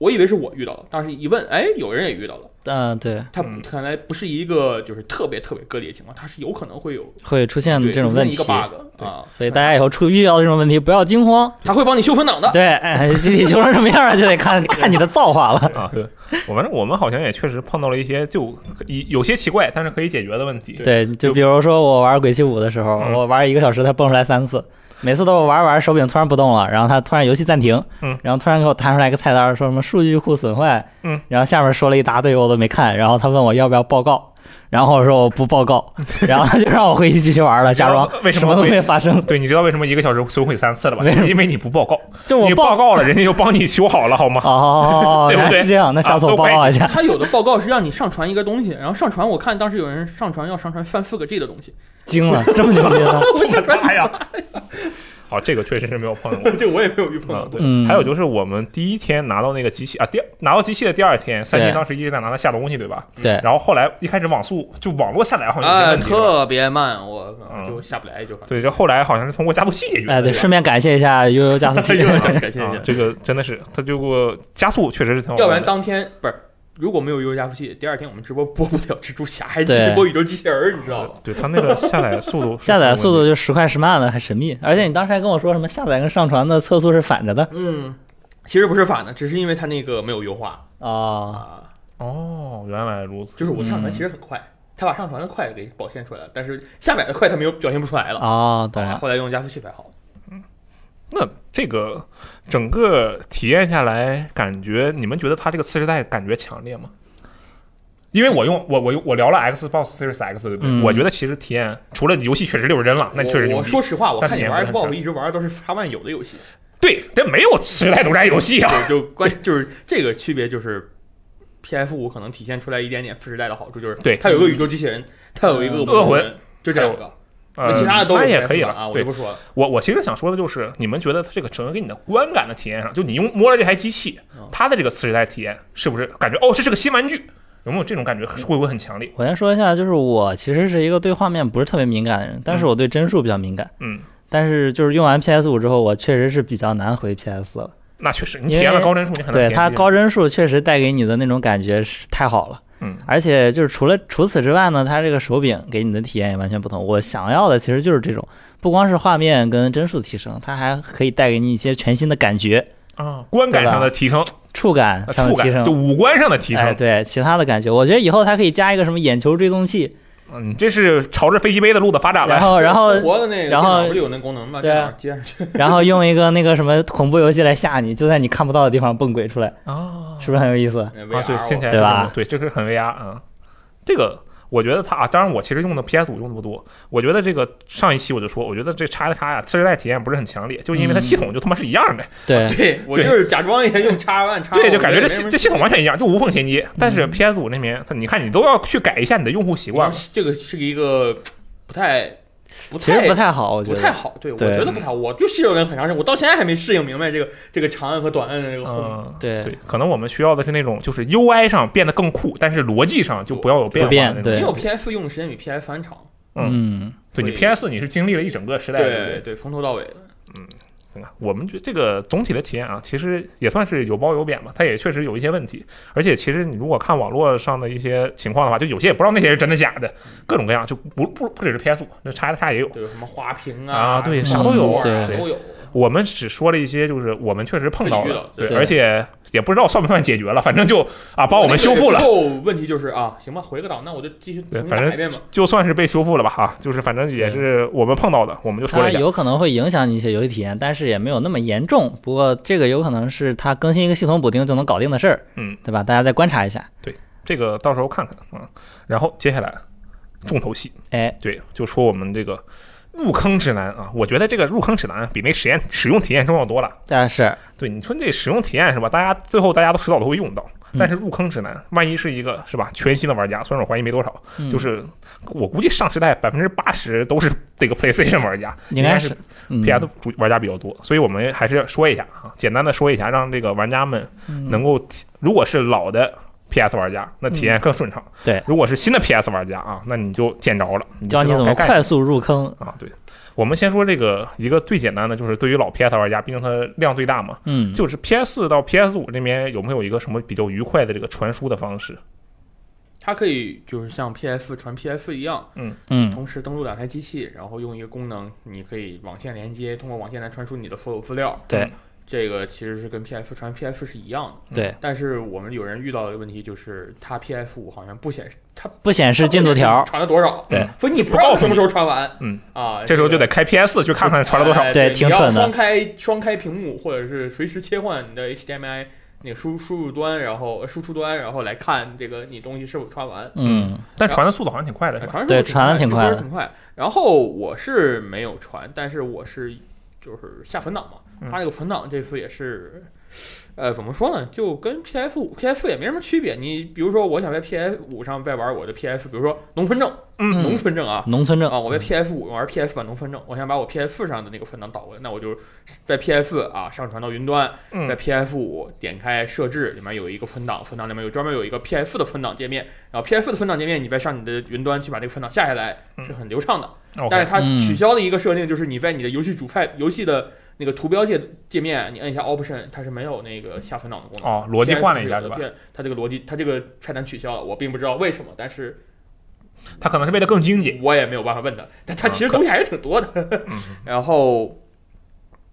我以为是我遇到了，当时一问，哎，有人也遇到了。嗯，对，它嗯看来不是一个就是特别特别个例的情况，它是有可能会有会出现对这种出现问题一个，bug 啊，所以大家以后出遇到这种问题不要惊慌，它会帮你修分啊档的。对，哎，具体修成什么样儿就得 看看你的造化了。啊。对，我反正我们好像也确实碰到了一些就有些奇怪，但是可以解决的问题。对，就比如说我玩《鬼泣五》的时候，嗯我玩一个小时，它蹦出来三次，每次都是玩着玩着手柄突然不动了，然后它突然游戏暂停，嗯然后突然给我弹出来一个菜单儿，说什么数据库损坏，嗯，然后下面说了一大堆我都没看，然后他问我要不要报告，然后我说我不 报告，然后他就让我回去继续玩了，假装为什什么么都会没发生，对，你知道为什么一个小时损毁三次了吧？为什么因为你不报告，就我你报报告了，人家就帮你修好了，好吗？哦，对不原来对是这样，那下次啊我都报怪告一下。它有的报告是让你上传一个东西，然后上传，我看当时有人上传要上传三四个 G 的东西，惊了， 这么牛 逼呢？ 我上传哎 呀，好，这个确实是没有碰到过。 这个我也没有遇碰到啊，过。对，嗯还有就是我们第一天拿到那个机器啊，第二拿到机器的第二天，三对星当时一直在拿它下东西，对吧？对，然后后来一开始网速就网络下载好像有些哎，问题了，特别慢，我呃嗯就下不来，就 反正对，这后来好像是通过加速器解决的。哎，对，吧顺便感谢一下悠悠加速器 又。要感谢一下啊，，这个真的是，它就给我加速确实是挺好玩的。要不然当天不是。如果没有 U 加速器，第二天我们直播播不了蜘蛛侠，还直播宇宙机器人儿，你知道吧？对它那个下载速度是 下载有速问度题就时快时慢的，还神秘。而且你当时还跟我说什么下载跟上传的测速是反着的嗯，其实不是反的，只是因为它那个没有优化哦，啊。哦，原来如此。就是我上传其实很快，他把上传的快给表现出来了，但是下载的快他没有表现不出来了。哦，懂啊了。后来用加速器排好。那这个整个体验下来，感觉你们觉得它这个次世代感觉强烈吗？因为我用我我用我聊了 Xbox Series X，对不对？嗯我觉得其实体验除了游戏确实六人了，那确实我牛我逼。说实话，我但看体你验不玩是很 Xbox 强一直玩的都是发万有的 游戏，对，但没有次世代独占游戏啊。 对，就关就是这个区别就是，PS 五可能体现出来一点点次时代的好处，就是对嗯它有一个宇宙机器人，它有一个恶魂人，就这两个，呃，其他的都有那也 PS4 可以了了啊，我对就，不说了。我我其实想说的就是，你们觉得它这个整个给你的观感的体验上，就你用摸了这台机器嗯，它的这个次时代体验是不是感觉哦，这是个新玩具？有没有这种感觉？会不会很强烈？我先说一下，就是我其实是一个对画面不是特别敏感的人，但是我对帧数比较敏感。嗯，但是就是用完 PS 五之后，我确实是比较难回 PS 了。那确实，你因为体验了高帧数，你很难体对验它这个高帧数确实带给你的那种感觉是太好了。嗯而且就是除了除此之外呢，它这个手柄给你的体验也完全不同。我想要的其实就是这种，不光是画面跟帧数提升，它还可以带给你一些全新的感觉、啊，观感上的提升，触感呃上的触提感就升。五官上的提哎，升，对，其他的感觉，我觉得以后它可以加一个什么眼球追踪器，嗯，这是朝着飞机杯的路的发展然了。哦后然 后活的那个然后电脑不是有那功能吗？对电啊脑接上去，然后用一个那个什么恐怖游戏来吓你，就在你看不到的地方蹦鬼出来，啊是不是很有意思？呃 啊， ，VR 对，掀起来对吧是这么对，这是很 VR 啊。这个我觉得它啊，当然我其实用的 PS 五用的不多，我觉得这个上一期我就说，我觉得这叉 X 呀次世代体验不是很强烈，就因为它嗯系统就他妈是一样的，对，对我就是假装一下用叉 one 叉，对，就感觉这我系没这系统完全一样，就无缝衔接。但是嗯 PS 五那边，它你看你都要去改一下你的用户习惯了。这个是一个不太不其实太不太好，我觉不太得。好，对我对觉得不太好，我就适应了很长时间，我到现在还没适应明白这个这个长按和短按的这个 home。嗯，对对，可能我们需要的是那种就是 UI 上变得更酷，但是逻辑上就不要有变化不变的那种。对因为我 PS 用的时间比 PS 三长，嗯，对你 PS 你是经历了一整个时代，对不对，从头到尾。对吧我们觉得这个总体的体验啊，其实也算是有褒有贬吧，它也确实有一些问题。而且其实你如果看网络上的一些情况的话，就有些也不知道那些是真的假的，各种各样，就不不不只是 PS 五，那叉叉也有。对，有什么花瓶啊对什么啥都有桌啊对都有。我们只说了一些，就是我们确实碰到自己遇了到，对，对而且也不知道算不算解决了，反正就啊帮我们修复之了，后问题就是啊，行吧，回个档，那我就继续 对重新反正打一遍吧。就算是被修复了吧哈、就是反正也是我们碰到的，我们就说了它一下。啊有可能会影响你一些游戏体验，但是也没有那么严重。不过这个有可能是它更新一个系统补丁就能搞定的事儿，嗯，对吧？大家再观察一下。这个到时候看看啊、然后接下来重头戏，哎，对，就说我们这个入坑指南啊，我觉得这个入坑指南比那实验使用体验重要多了。但是对，你说这使用体验是吧？大家最后大家都迟早都会用到，嗯但是入坑指南万一是一个是吧全新的玩家，虽然我怀疑没多少，嗯就是我估计上时代百分之八十都是这个 PlayStation 玩家，应该该是是嗯 PS 的主玩家比较多，所以我们还是说一下啊，简单的说一下，让这个玩家们嗯能够体，如果是老的 PS 玩家，那体验更顺畅；嗯对如果是新的 PS 玩家啊，那你就见着了，你教就你知道怎该干么快速入坑。啊？对，我们先说这个一个最简单的，就是对于老 PS 玩家，毕竟它量最大嘛，嗯，就是 PS 4到 PS 五这边有没有一个什么比较愉快的这个传输的方式？它可以就是像 PS 传 PS 一样，嗯，同时登录两台机器，然后用一个功能，你可以网线连接，通过网线来传输你的所有资料。对这个其实是跟 PS 传 PS 是一样的。对，但是我们有人遇到的一个问题就是，它 PS 五好像不显示，它不显示进度条。传了多少，对，所以你不知道什么时候传完，嗯啊，这时候就个得开 PS 4去看看传了多少哎。对你挺要蠢的双开双开屏幕，或者是随时切换你的 HDMI 那个输输入端，然后呃输出端，然后来看这个你东西是否传完。嗯，但传的速度好像挺快的，是吧？传对传的得挺快快的，的挺快。然后我是没有传，但是我是就是下存档嘛嗯，它那个存档这次也是，呃，怎么说呢，就跟 PS 五、PS 四也没什么区别。你比如说，我想在 PS 五上再玩我的 PS，比如说农村证，嗯农村证啊。农村证啊，我在 PS 五玩 PS 版农村证，我想把我 PS 四上的那个存档导过来，那我就在 PS 四啊上传到云端，在嗯 PS 五点开设置，里面有一个存档，存档里面有专门有一个 PS 4的存档界面，然后 PS 4的存档界面，你再上你的云端去把这个存档下下来，嗯是很流畅的。但，OK，是它嗯取消的一个设定就是你在你的游戏主菜游戏的那个图标界界面，你摁一下 Option，它是没有那个下存档的功能。哦，逻辑换了一下，对吧？ PS4 是有的？它这个逻辑，它这个菜单取消了，我并不知道为什么，但是它可能是为了更精简。我也没有办法问他。但它嗯其实东西还是挺多的。嗯， 然后，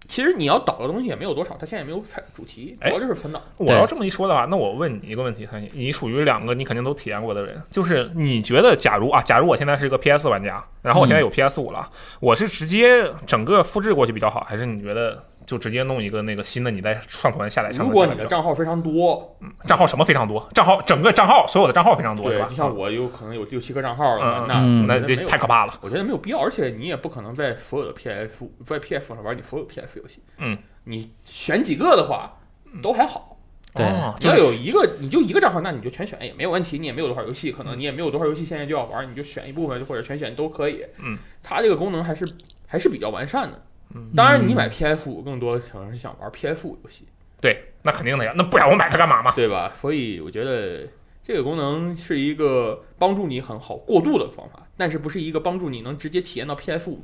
其实你要导的东西也没有多少，它现在也没有菜主题，主哎要就是存档。我对要这么一说的话，那我问你一个问题，三爷，你属于两个你肯定都体验过的人，就是你觉得，假如啊，假如我现在是一个 PS 玩家，然后我现嗯在有 PS 五了，我是直接整个复制过去比较好，还是你觉得就直接弄一个那个新的，你再上传下载哎上传？如果你的账号非常多，账号什么非常多，账号整个账号所有的账号非常多，是对吧，你？像我有可能有六七个账号嗯了，嗯那那我觉这得没有太可怕了。我觉得没有必要，而且你也不可能在所有的 PS 在 PS 上玩你所有 PS 游戏。嗯，你选几个的话都还好，对哦只就要是有一个啊你就一个账号，那你就全选也没有问题，你也没有多少游戏，可嗯能你也没有多少游戏现在就要玩，你就选一部分或者全选都可以。嗯，它这个功能还是还是比较完善的嗯。当然，你买 PS 五更多可能是想玩 PS 五游戏。对，那肯定的呀，那不然我买它干嘛嘛？对吧？所以我觉得这个功能是一个帮助你很好过渡的方法，但是不是一个帮助你能直接体验到 PS 五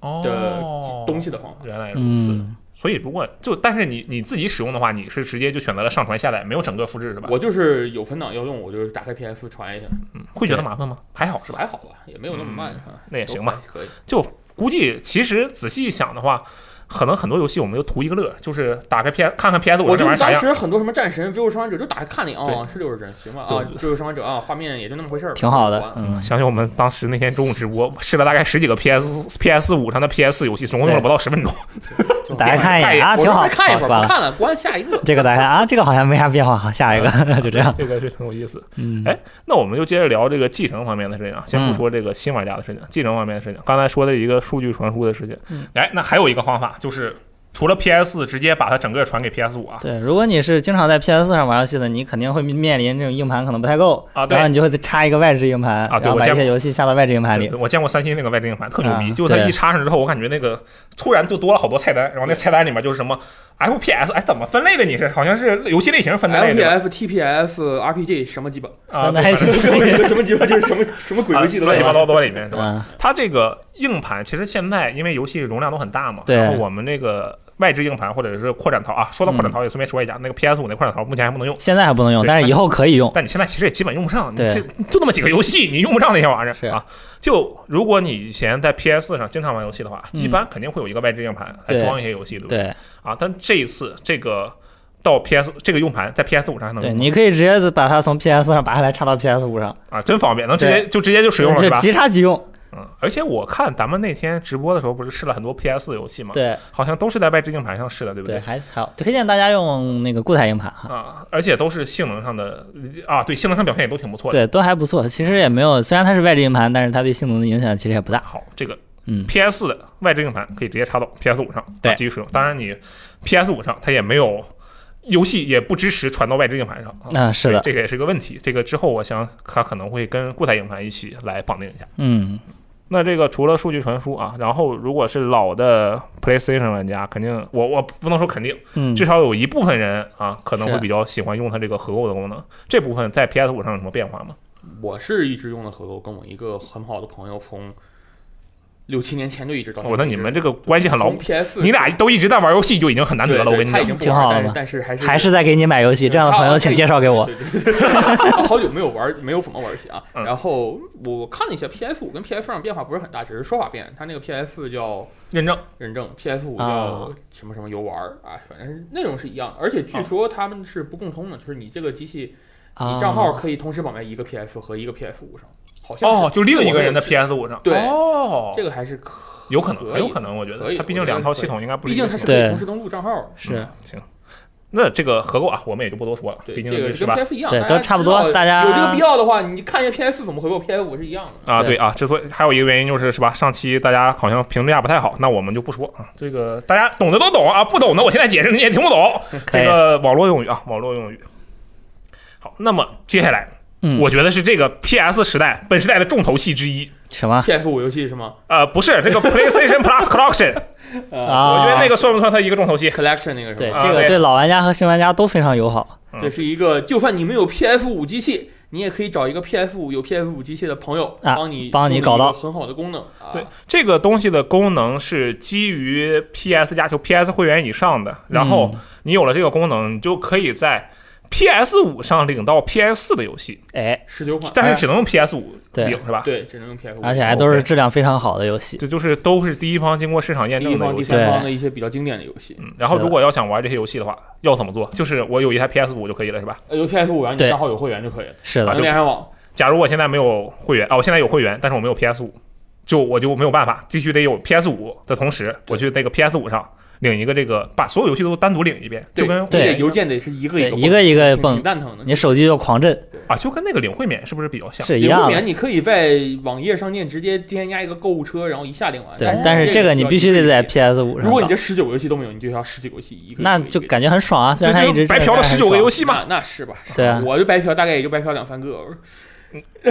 的哦东西的方法。原来如此。哦嗯，所以如果就但是你你自己使用的话，你是直接就选择了上传下载，没有整个复制是吧？嗯我就是有存档要用，我就是打开 PS 传一下，会觉得麻烦吗？还好是吧？还好吧，也没有那么慢。啊嗯那也行吧，都还可以。就估计其实仔细一想的话，可能很多游戏我们就图一个乐，就是打开 PS 看看 PS 我这就玩意儿是啥当样。时很多什么战神、最后生还者就打开看了一眼啊，对是六十帧，行吧啊对，最后生还者啊，画面也就那么回事儿，挺好玩的，嗯，想想我们当时那天中午直播，试了大概十几个 PS PS 五上的 PS 游戏，总共用了不到十分 钟。就大家看一看一眼眼啊，我挺说好，哎看一会好儿，不完了，看了，关下一个。这个大家看啊，这个好像没啥变化，好，下一个 就 这样，这个是挺有意思。嗯，哎那我们就接着聊这个继承方面的事情啊，先嗯不说这个新玩家的事情，继承方面的事情。刚才说的一个数据传输的事情嗯，哎，那还有一个方法就是，除了 PS 直接把它整个传给 PS 五啊，对，如果你是经常在 PS 上玩游戏的，你肯定会面临这种硬盘可能不太够啊对然后你就会再插一个外置硬盘，啊对然后我把见一些游戏下到外置硬盘对里对。我见过三星那个外置硬盘特牛逼，啊就是它对一插上之后，我感觉那个突然就多了好多菜单，然后那菜单里面就是什么 FPS，哎，怎么分类的？你是好像是游戏类型分的类 L P 的 F T P S R P G 什么 鸡巴，啊，分的对还反挺正细就是什么鸡巴就是什么什么鬼游戏啊都乱七八糟。糟多里面是吧？嗯，它这个硬盘其实现在因为游戏容量都很大嘛，对然后我们那个外置硬盘或者是扩展槽啊，说到嗯扩展槽也顺便说一下，那个 PS 五那扩展槽目前还不能用，现在还不能用，对但是以后可以用。但你现在其实也基本用不上，你对这就那么几个游戏，你用不上那些玩意是儿啊。就如果你以前在 PS 上经常玩游戏的话，嗯一般肯定会有一个外置硬盘来对装一些游戏，对不对？对啊，但这一次这个到 PS 这个硬盘在 PS 五上还能对，用你可以直接把它从 PS 上拔下来插到 PS 五上，啊，真方便，能直接就直接就使用了，就是吧？即插即用。嗯，而且我看咱们那天直播的时候，不是试了很多 PS 游戏嘛，对好像都是在外置硬盘上试的，对不对，？还好，推荐大家用那个固态硬盘哈。啊，而且都是性能上的啊，对，性能上表现也都挺不错的。对，都还不错。其实也没有，虽然它是外置硬盘，但是它对性能的影响其实也不大。好，这个嗯， PS 的外置硬盘可以直接插到 PS 五上，对啊继续使用。当然你 PS 五上它也没有游戏也不支持传到外置硬盘上啊。啊，是的，这个也是个问题。这个之后，我想它可能会跟固态硬盘一起来绑定一下。嗯，那这个除了数据传输啊，然后如果是老的 PlayStation 玩家，肯定我我不能说肯定，嗯，至少有一部分人啊可能是会比较喜欢用它这个合购的功能。这部分在 PS 五上有什么变化吗？我是一直用的合购，跟我一个很好的朋友从六七年前就一直到现在。我、那你们这个关系很牢从 PS，你俩都一直在玩游戏就已经很难对得了，我对跟你他已讲经。不挺玩好的但是嘛但是还是还是在给你买游戏，这样的朋友请介绍给我对。。对对 对好久没有玩没有怎么玩游戏啊。嗯然后我看了一下 PS 五跟 PS 上变化不是很大，只是说法变。它那个 PS 叫认证认证，PS 五啊叫什么什么游玩儿啊，反正内容是一样的。而且据说他们是不共通的，就是你这个机器啊你账号可以同时绑在一个 PS 和一个 PS 五上，好像哦，是就另一个人的这个 PS 五上。对哦我，这个还是可，有可能，可以很有可能，我觉可得以它毕竟两套系统应该不毕一竟样。它是可对以同时登录账号。是嗯行。那这个合购啊，我们也就不多说了，对，毕这竟个是跟吧？ PS 一样，对大家都差不多知道大家有这个必要的话，你看一下 PS 怎么回购，PS 五是一样的。啊，对对啊，之所以还有一个原因就是是吧？上期大家好像评价不太好，那我们就不说啊。这个大家懂的都懂啊，不懂的我现在解释你也听不懂。可这以，个网络用语啊，网络用语。好，那么接下来嗯，我觉得是这个 PS 时代本时代的重头戏之一。什么 PS 五游戏是吗？呃，不是 这个 PlayStation Plus Collection，啊？ 我觉得那个算不算它一个重头戏？ Collection 那个是对吗？啊这个对对老玩家和新玩家都非常友好。嗯这是一个，就算你没有 PS 五机器，你也可以找一个 PS 五有 PS 五机器的朋友啊帮你帮你搞到弄一个很好的功能。啊对，这个东西的功能是基于 PS 加就 PS 会员以上的，然后嗯你有了这个功能，你就可以在 PS 五上领到 PS 四的游戏，哎，十九款，但是只能用 PS 五对领是吧？对，只能用 PS 五。而且哦还都是质量非常好的游戏。这就是都是第一方经过市场验第证一的方、游第戏。三方的一些比较经典的游戏。嗯，然后是的如果要想玩这些游戏的话，要怎么做？就是我有一台 PS 五就可以了，是吧？呃，有 PS 五，然后你对账号有会员就可以了，是啊的就能，连上网。假如我现在没有会员啊，我现在有会员，但是我没有 PS 五，就我就没有办法，必须得有 PS 五的同时，我去那个 PS 五上领一个这个，把所有游戏都单独领一遍，就跟对，对这邮件得是一个对，个一一个一个挺蹦，蛋疼的。你手机就狂震，啊，就跟那个领会免是不是比较像？是一有样不的免。你可以在网页商店直接添加一个购物车，然后一下领完。哎对，但但哎是这个你必须得在在。 PS 五上如果你搞这，十九个游戏都没有，你就要十几个游戏一个一个。那一个就一个感觉很爽啊。虽然它一这直就白嫖了十九个游戏，戏嘛？那那是吧？是吧对啊我这白嫖大概也就白嫖两三个，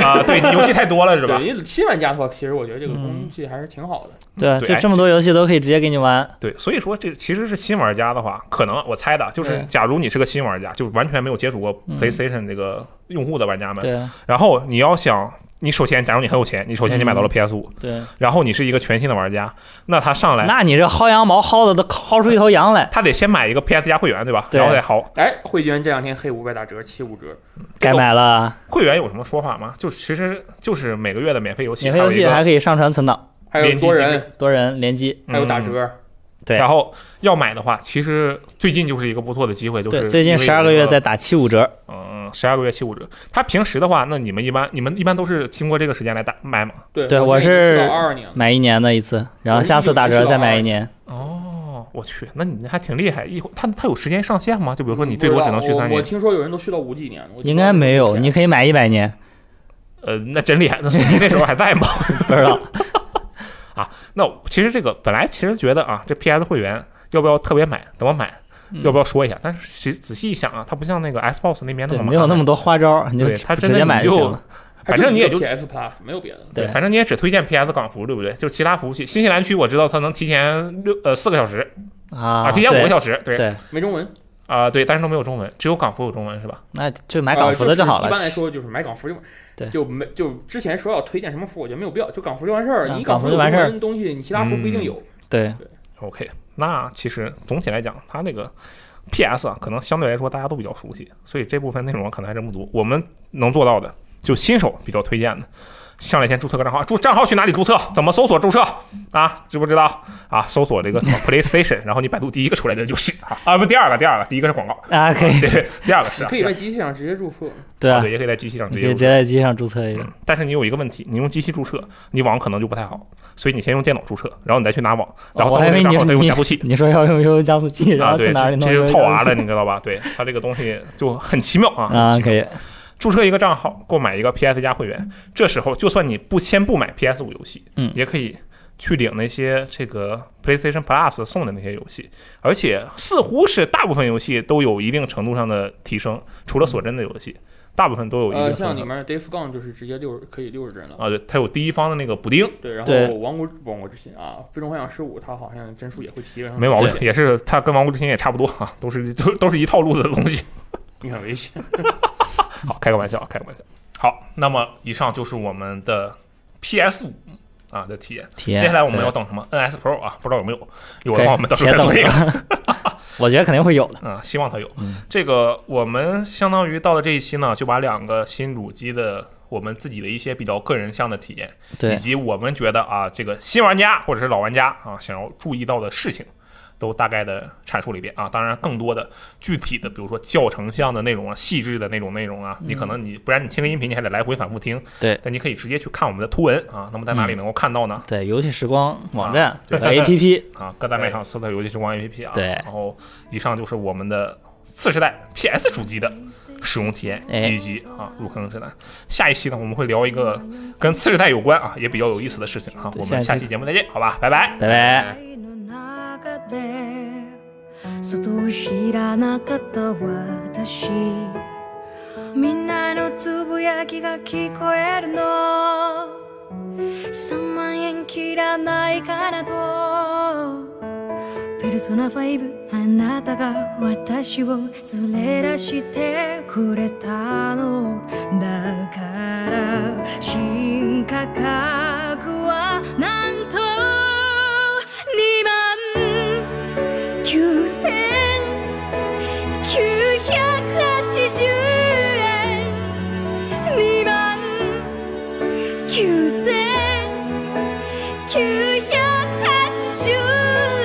啊，对你游戏太多了是吧对，？因为新玩家的话，其实我觉得这个东西还是挺好的。对，啊对就哎这么多游戏都可以直接给你玩。对，所以说这其实是新玩家的话，可能我猜的就是对，假如你是个新玩家，就完全没有接触过嗯 PlayStation 这个用户的玩家们，对然后你要想，你首先，假如你很有钱，你首先你买到了嗯 PS 五、对，然后你是一个全新的玩家，那他上来，那你这薅羊毛薅的都薅出一头羊来，他得先买一个 PS 加会员，对吧？对然后再薅哎，会员这两天黑五百打折，七五折，该买了。会员有什么说法吗？就其实就是每个月的免费游戏，免费游戏还还有一可以上传存档，还有多联人，多人联机。个还有打折，对然后要买的话，其实最近就是一个不错的机会，就是对，最近因为十二个有月一在打七五折，嗯十二个月七五折。它平时的话，那你们一般你们一般都是经过这个时间来打卖吗？对，对我我是二二年了，买一年的一次，然后下次打折再买一年。哦，我去，那你还挺厉害。一会它它有时间上限吗？就比如说你最多只能续嗯我三我年，听说有人都续到五几年了，我应该没有，你可以买一百年，呃，那真厉害。那你那时候还在吗？不知道。那我其实这个本来其实觉得啊，这 PS 会员要不要特别买？怎么买？嗯要不要说一下？但是其实仔细一想啊，它不像那个 Xbox 那边那 对，么没有那么多花招，你就对它直真的接你买就就行了。反正你也就 PS Plus 没有别的，对反正你也只推荐 PS 港服，对不对？就其他服务器，新西兰区我知道它能提前六呃四个小时啊，提前五个对小时，对对，没中文，啊、对，但是都没有中文，只有港服有中文是吧？那就 啊买港服的呃就就好了是一。般来说就是买港服就对就没就之前说要推荐什么服，我觉得没有必要，就港服就完事儿。啊你港服服就完事儿嗯有中文东西，你其他服不一定有。对， OK，那其实总体来讲，它那个 PS 啊，可能相对来说大家都比较熟悉，所以这部分内容可能还真不足。我们能做到的，就新手比较推荐的，上来先注册个账号，注账号去哪里注册？怎么搜索注册啊？知不知道啊？搜索这个什么 PlayStation，然后你百度第一个出来的就是啊，啊不，第二个，第二个，第一个是广告，啊，可以，对，第二个嗯是、你啊，可以在机器上直接注册，对啊啊对，，嗯也可以在机器上你直可接以注直册。接在机上注册一个。但是你有一个问题，你用机器注册，你网可能就不太好，所以你先用电脑注册，然后你再去拿网，然后哦我登还以录这为个账号再你用你加速器。你说要用悠悠加速器，然啊，后去对，哪这里弄这悠悠就加速器？是套娃的，你知道吧？对，它这个东西就很奇妙啊。啊，很奇可妙以，注册一个账号，购买一个 PS 加会员，这时候就算你不先不买 PS 五游戏，嗯也可以去领那些这个 PlayStation Plus 送的那些游戏，而且似乎是大部分游戏都有一定程度上的提升，除了锁帧的游戏，大部分都有一定呃，程像里度上的。面 Days Gone 就是直接六十可以六十帧了。啊，对，它有第一方的那个补丁，对，然对后王国王国之心啊，最终幻想十五，它好像帧数也会提升，没毛病，对也是它跟《王国之心》也差不多啊，都是都都是一套路的东西。你很危险。好，开个玩笑，开个玩笑。好，那么以上就是我们的 PS 五啊的体验。体验。接下来我们对要等什么？NS Pro 啊，不知道有没有？有可的以话我们到时候再做一且个。等吧 我觉得肯定会有的。嗯，希望它有嗯。这个我们相当于到了这一期呢，就把两个新主机的我们自己的一些比较个人向的体验，以 对，及我们觉得啊这个新玩家或者是老玩家啊想要注意到的事情。都大概的阐述了一遍啊，当然更多的具体的，比如说教程项的内容啊、细致的那种内容啊，你可能你不然你听个音频，你还得来回反复听。嗯对，但你可以直接去看我们的图文啊。那么在哪里能够看到呢？对，游戏时光网站啊对 A P P，啊，各大卖场搜索“游戏时光 ”APP 啊。对然后以上就是我们的次世代 PS 主机的使用体验哎以及啊入坑指南。下一期呢，我们会聊一个跟次世代有关啊，也比较有意思的事情啊。对我下们一期下期节目再见，好吧，拜拜。拜拜。 の中で外を知らなかった私みんなのつぶやきが聞こえるの3万円切らないからとペルソナ5あなたが私を連れ出してくれたのだから新価格はなんと2万9980円2万9980円980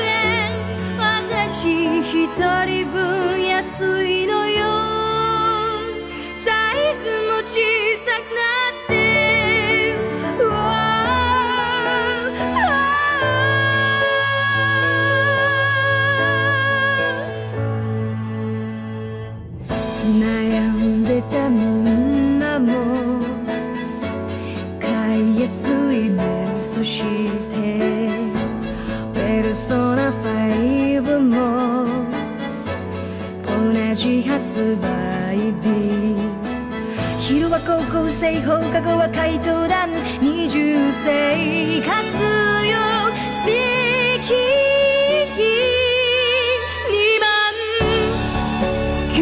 円私一人分安いのよサイズも小さくなってうわー悩んでたみんなも買いやすいねそしてペルソナ5も同じ発売日昼は高校生放課後は怪盗団二重生活よ素敵2万9000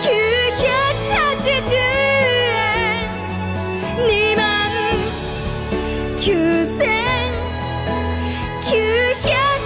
980円2万9980円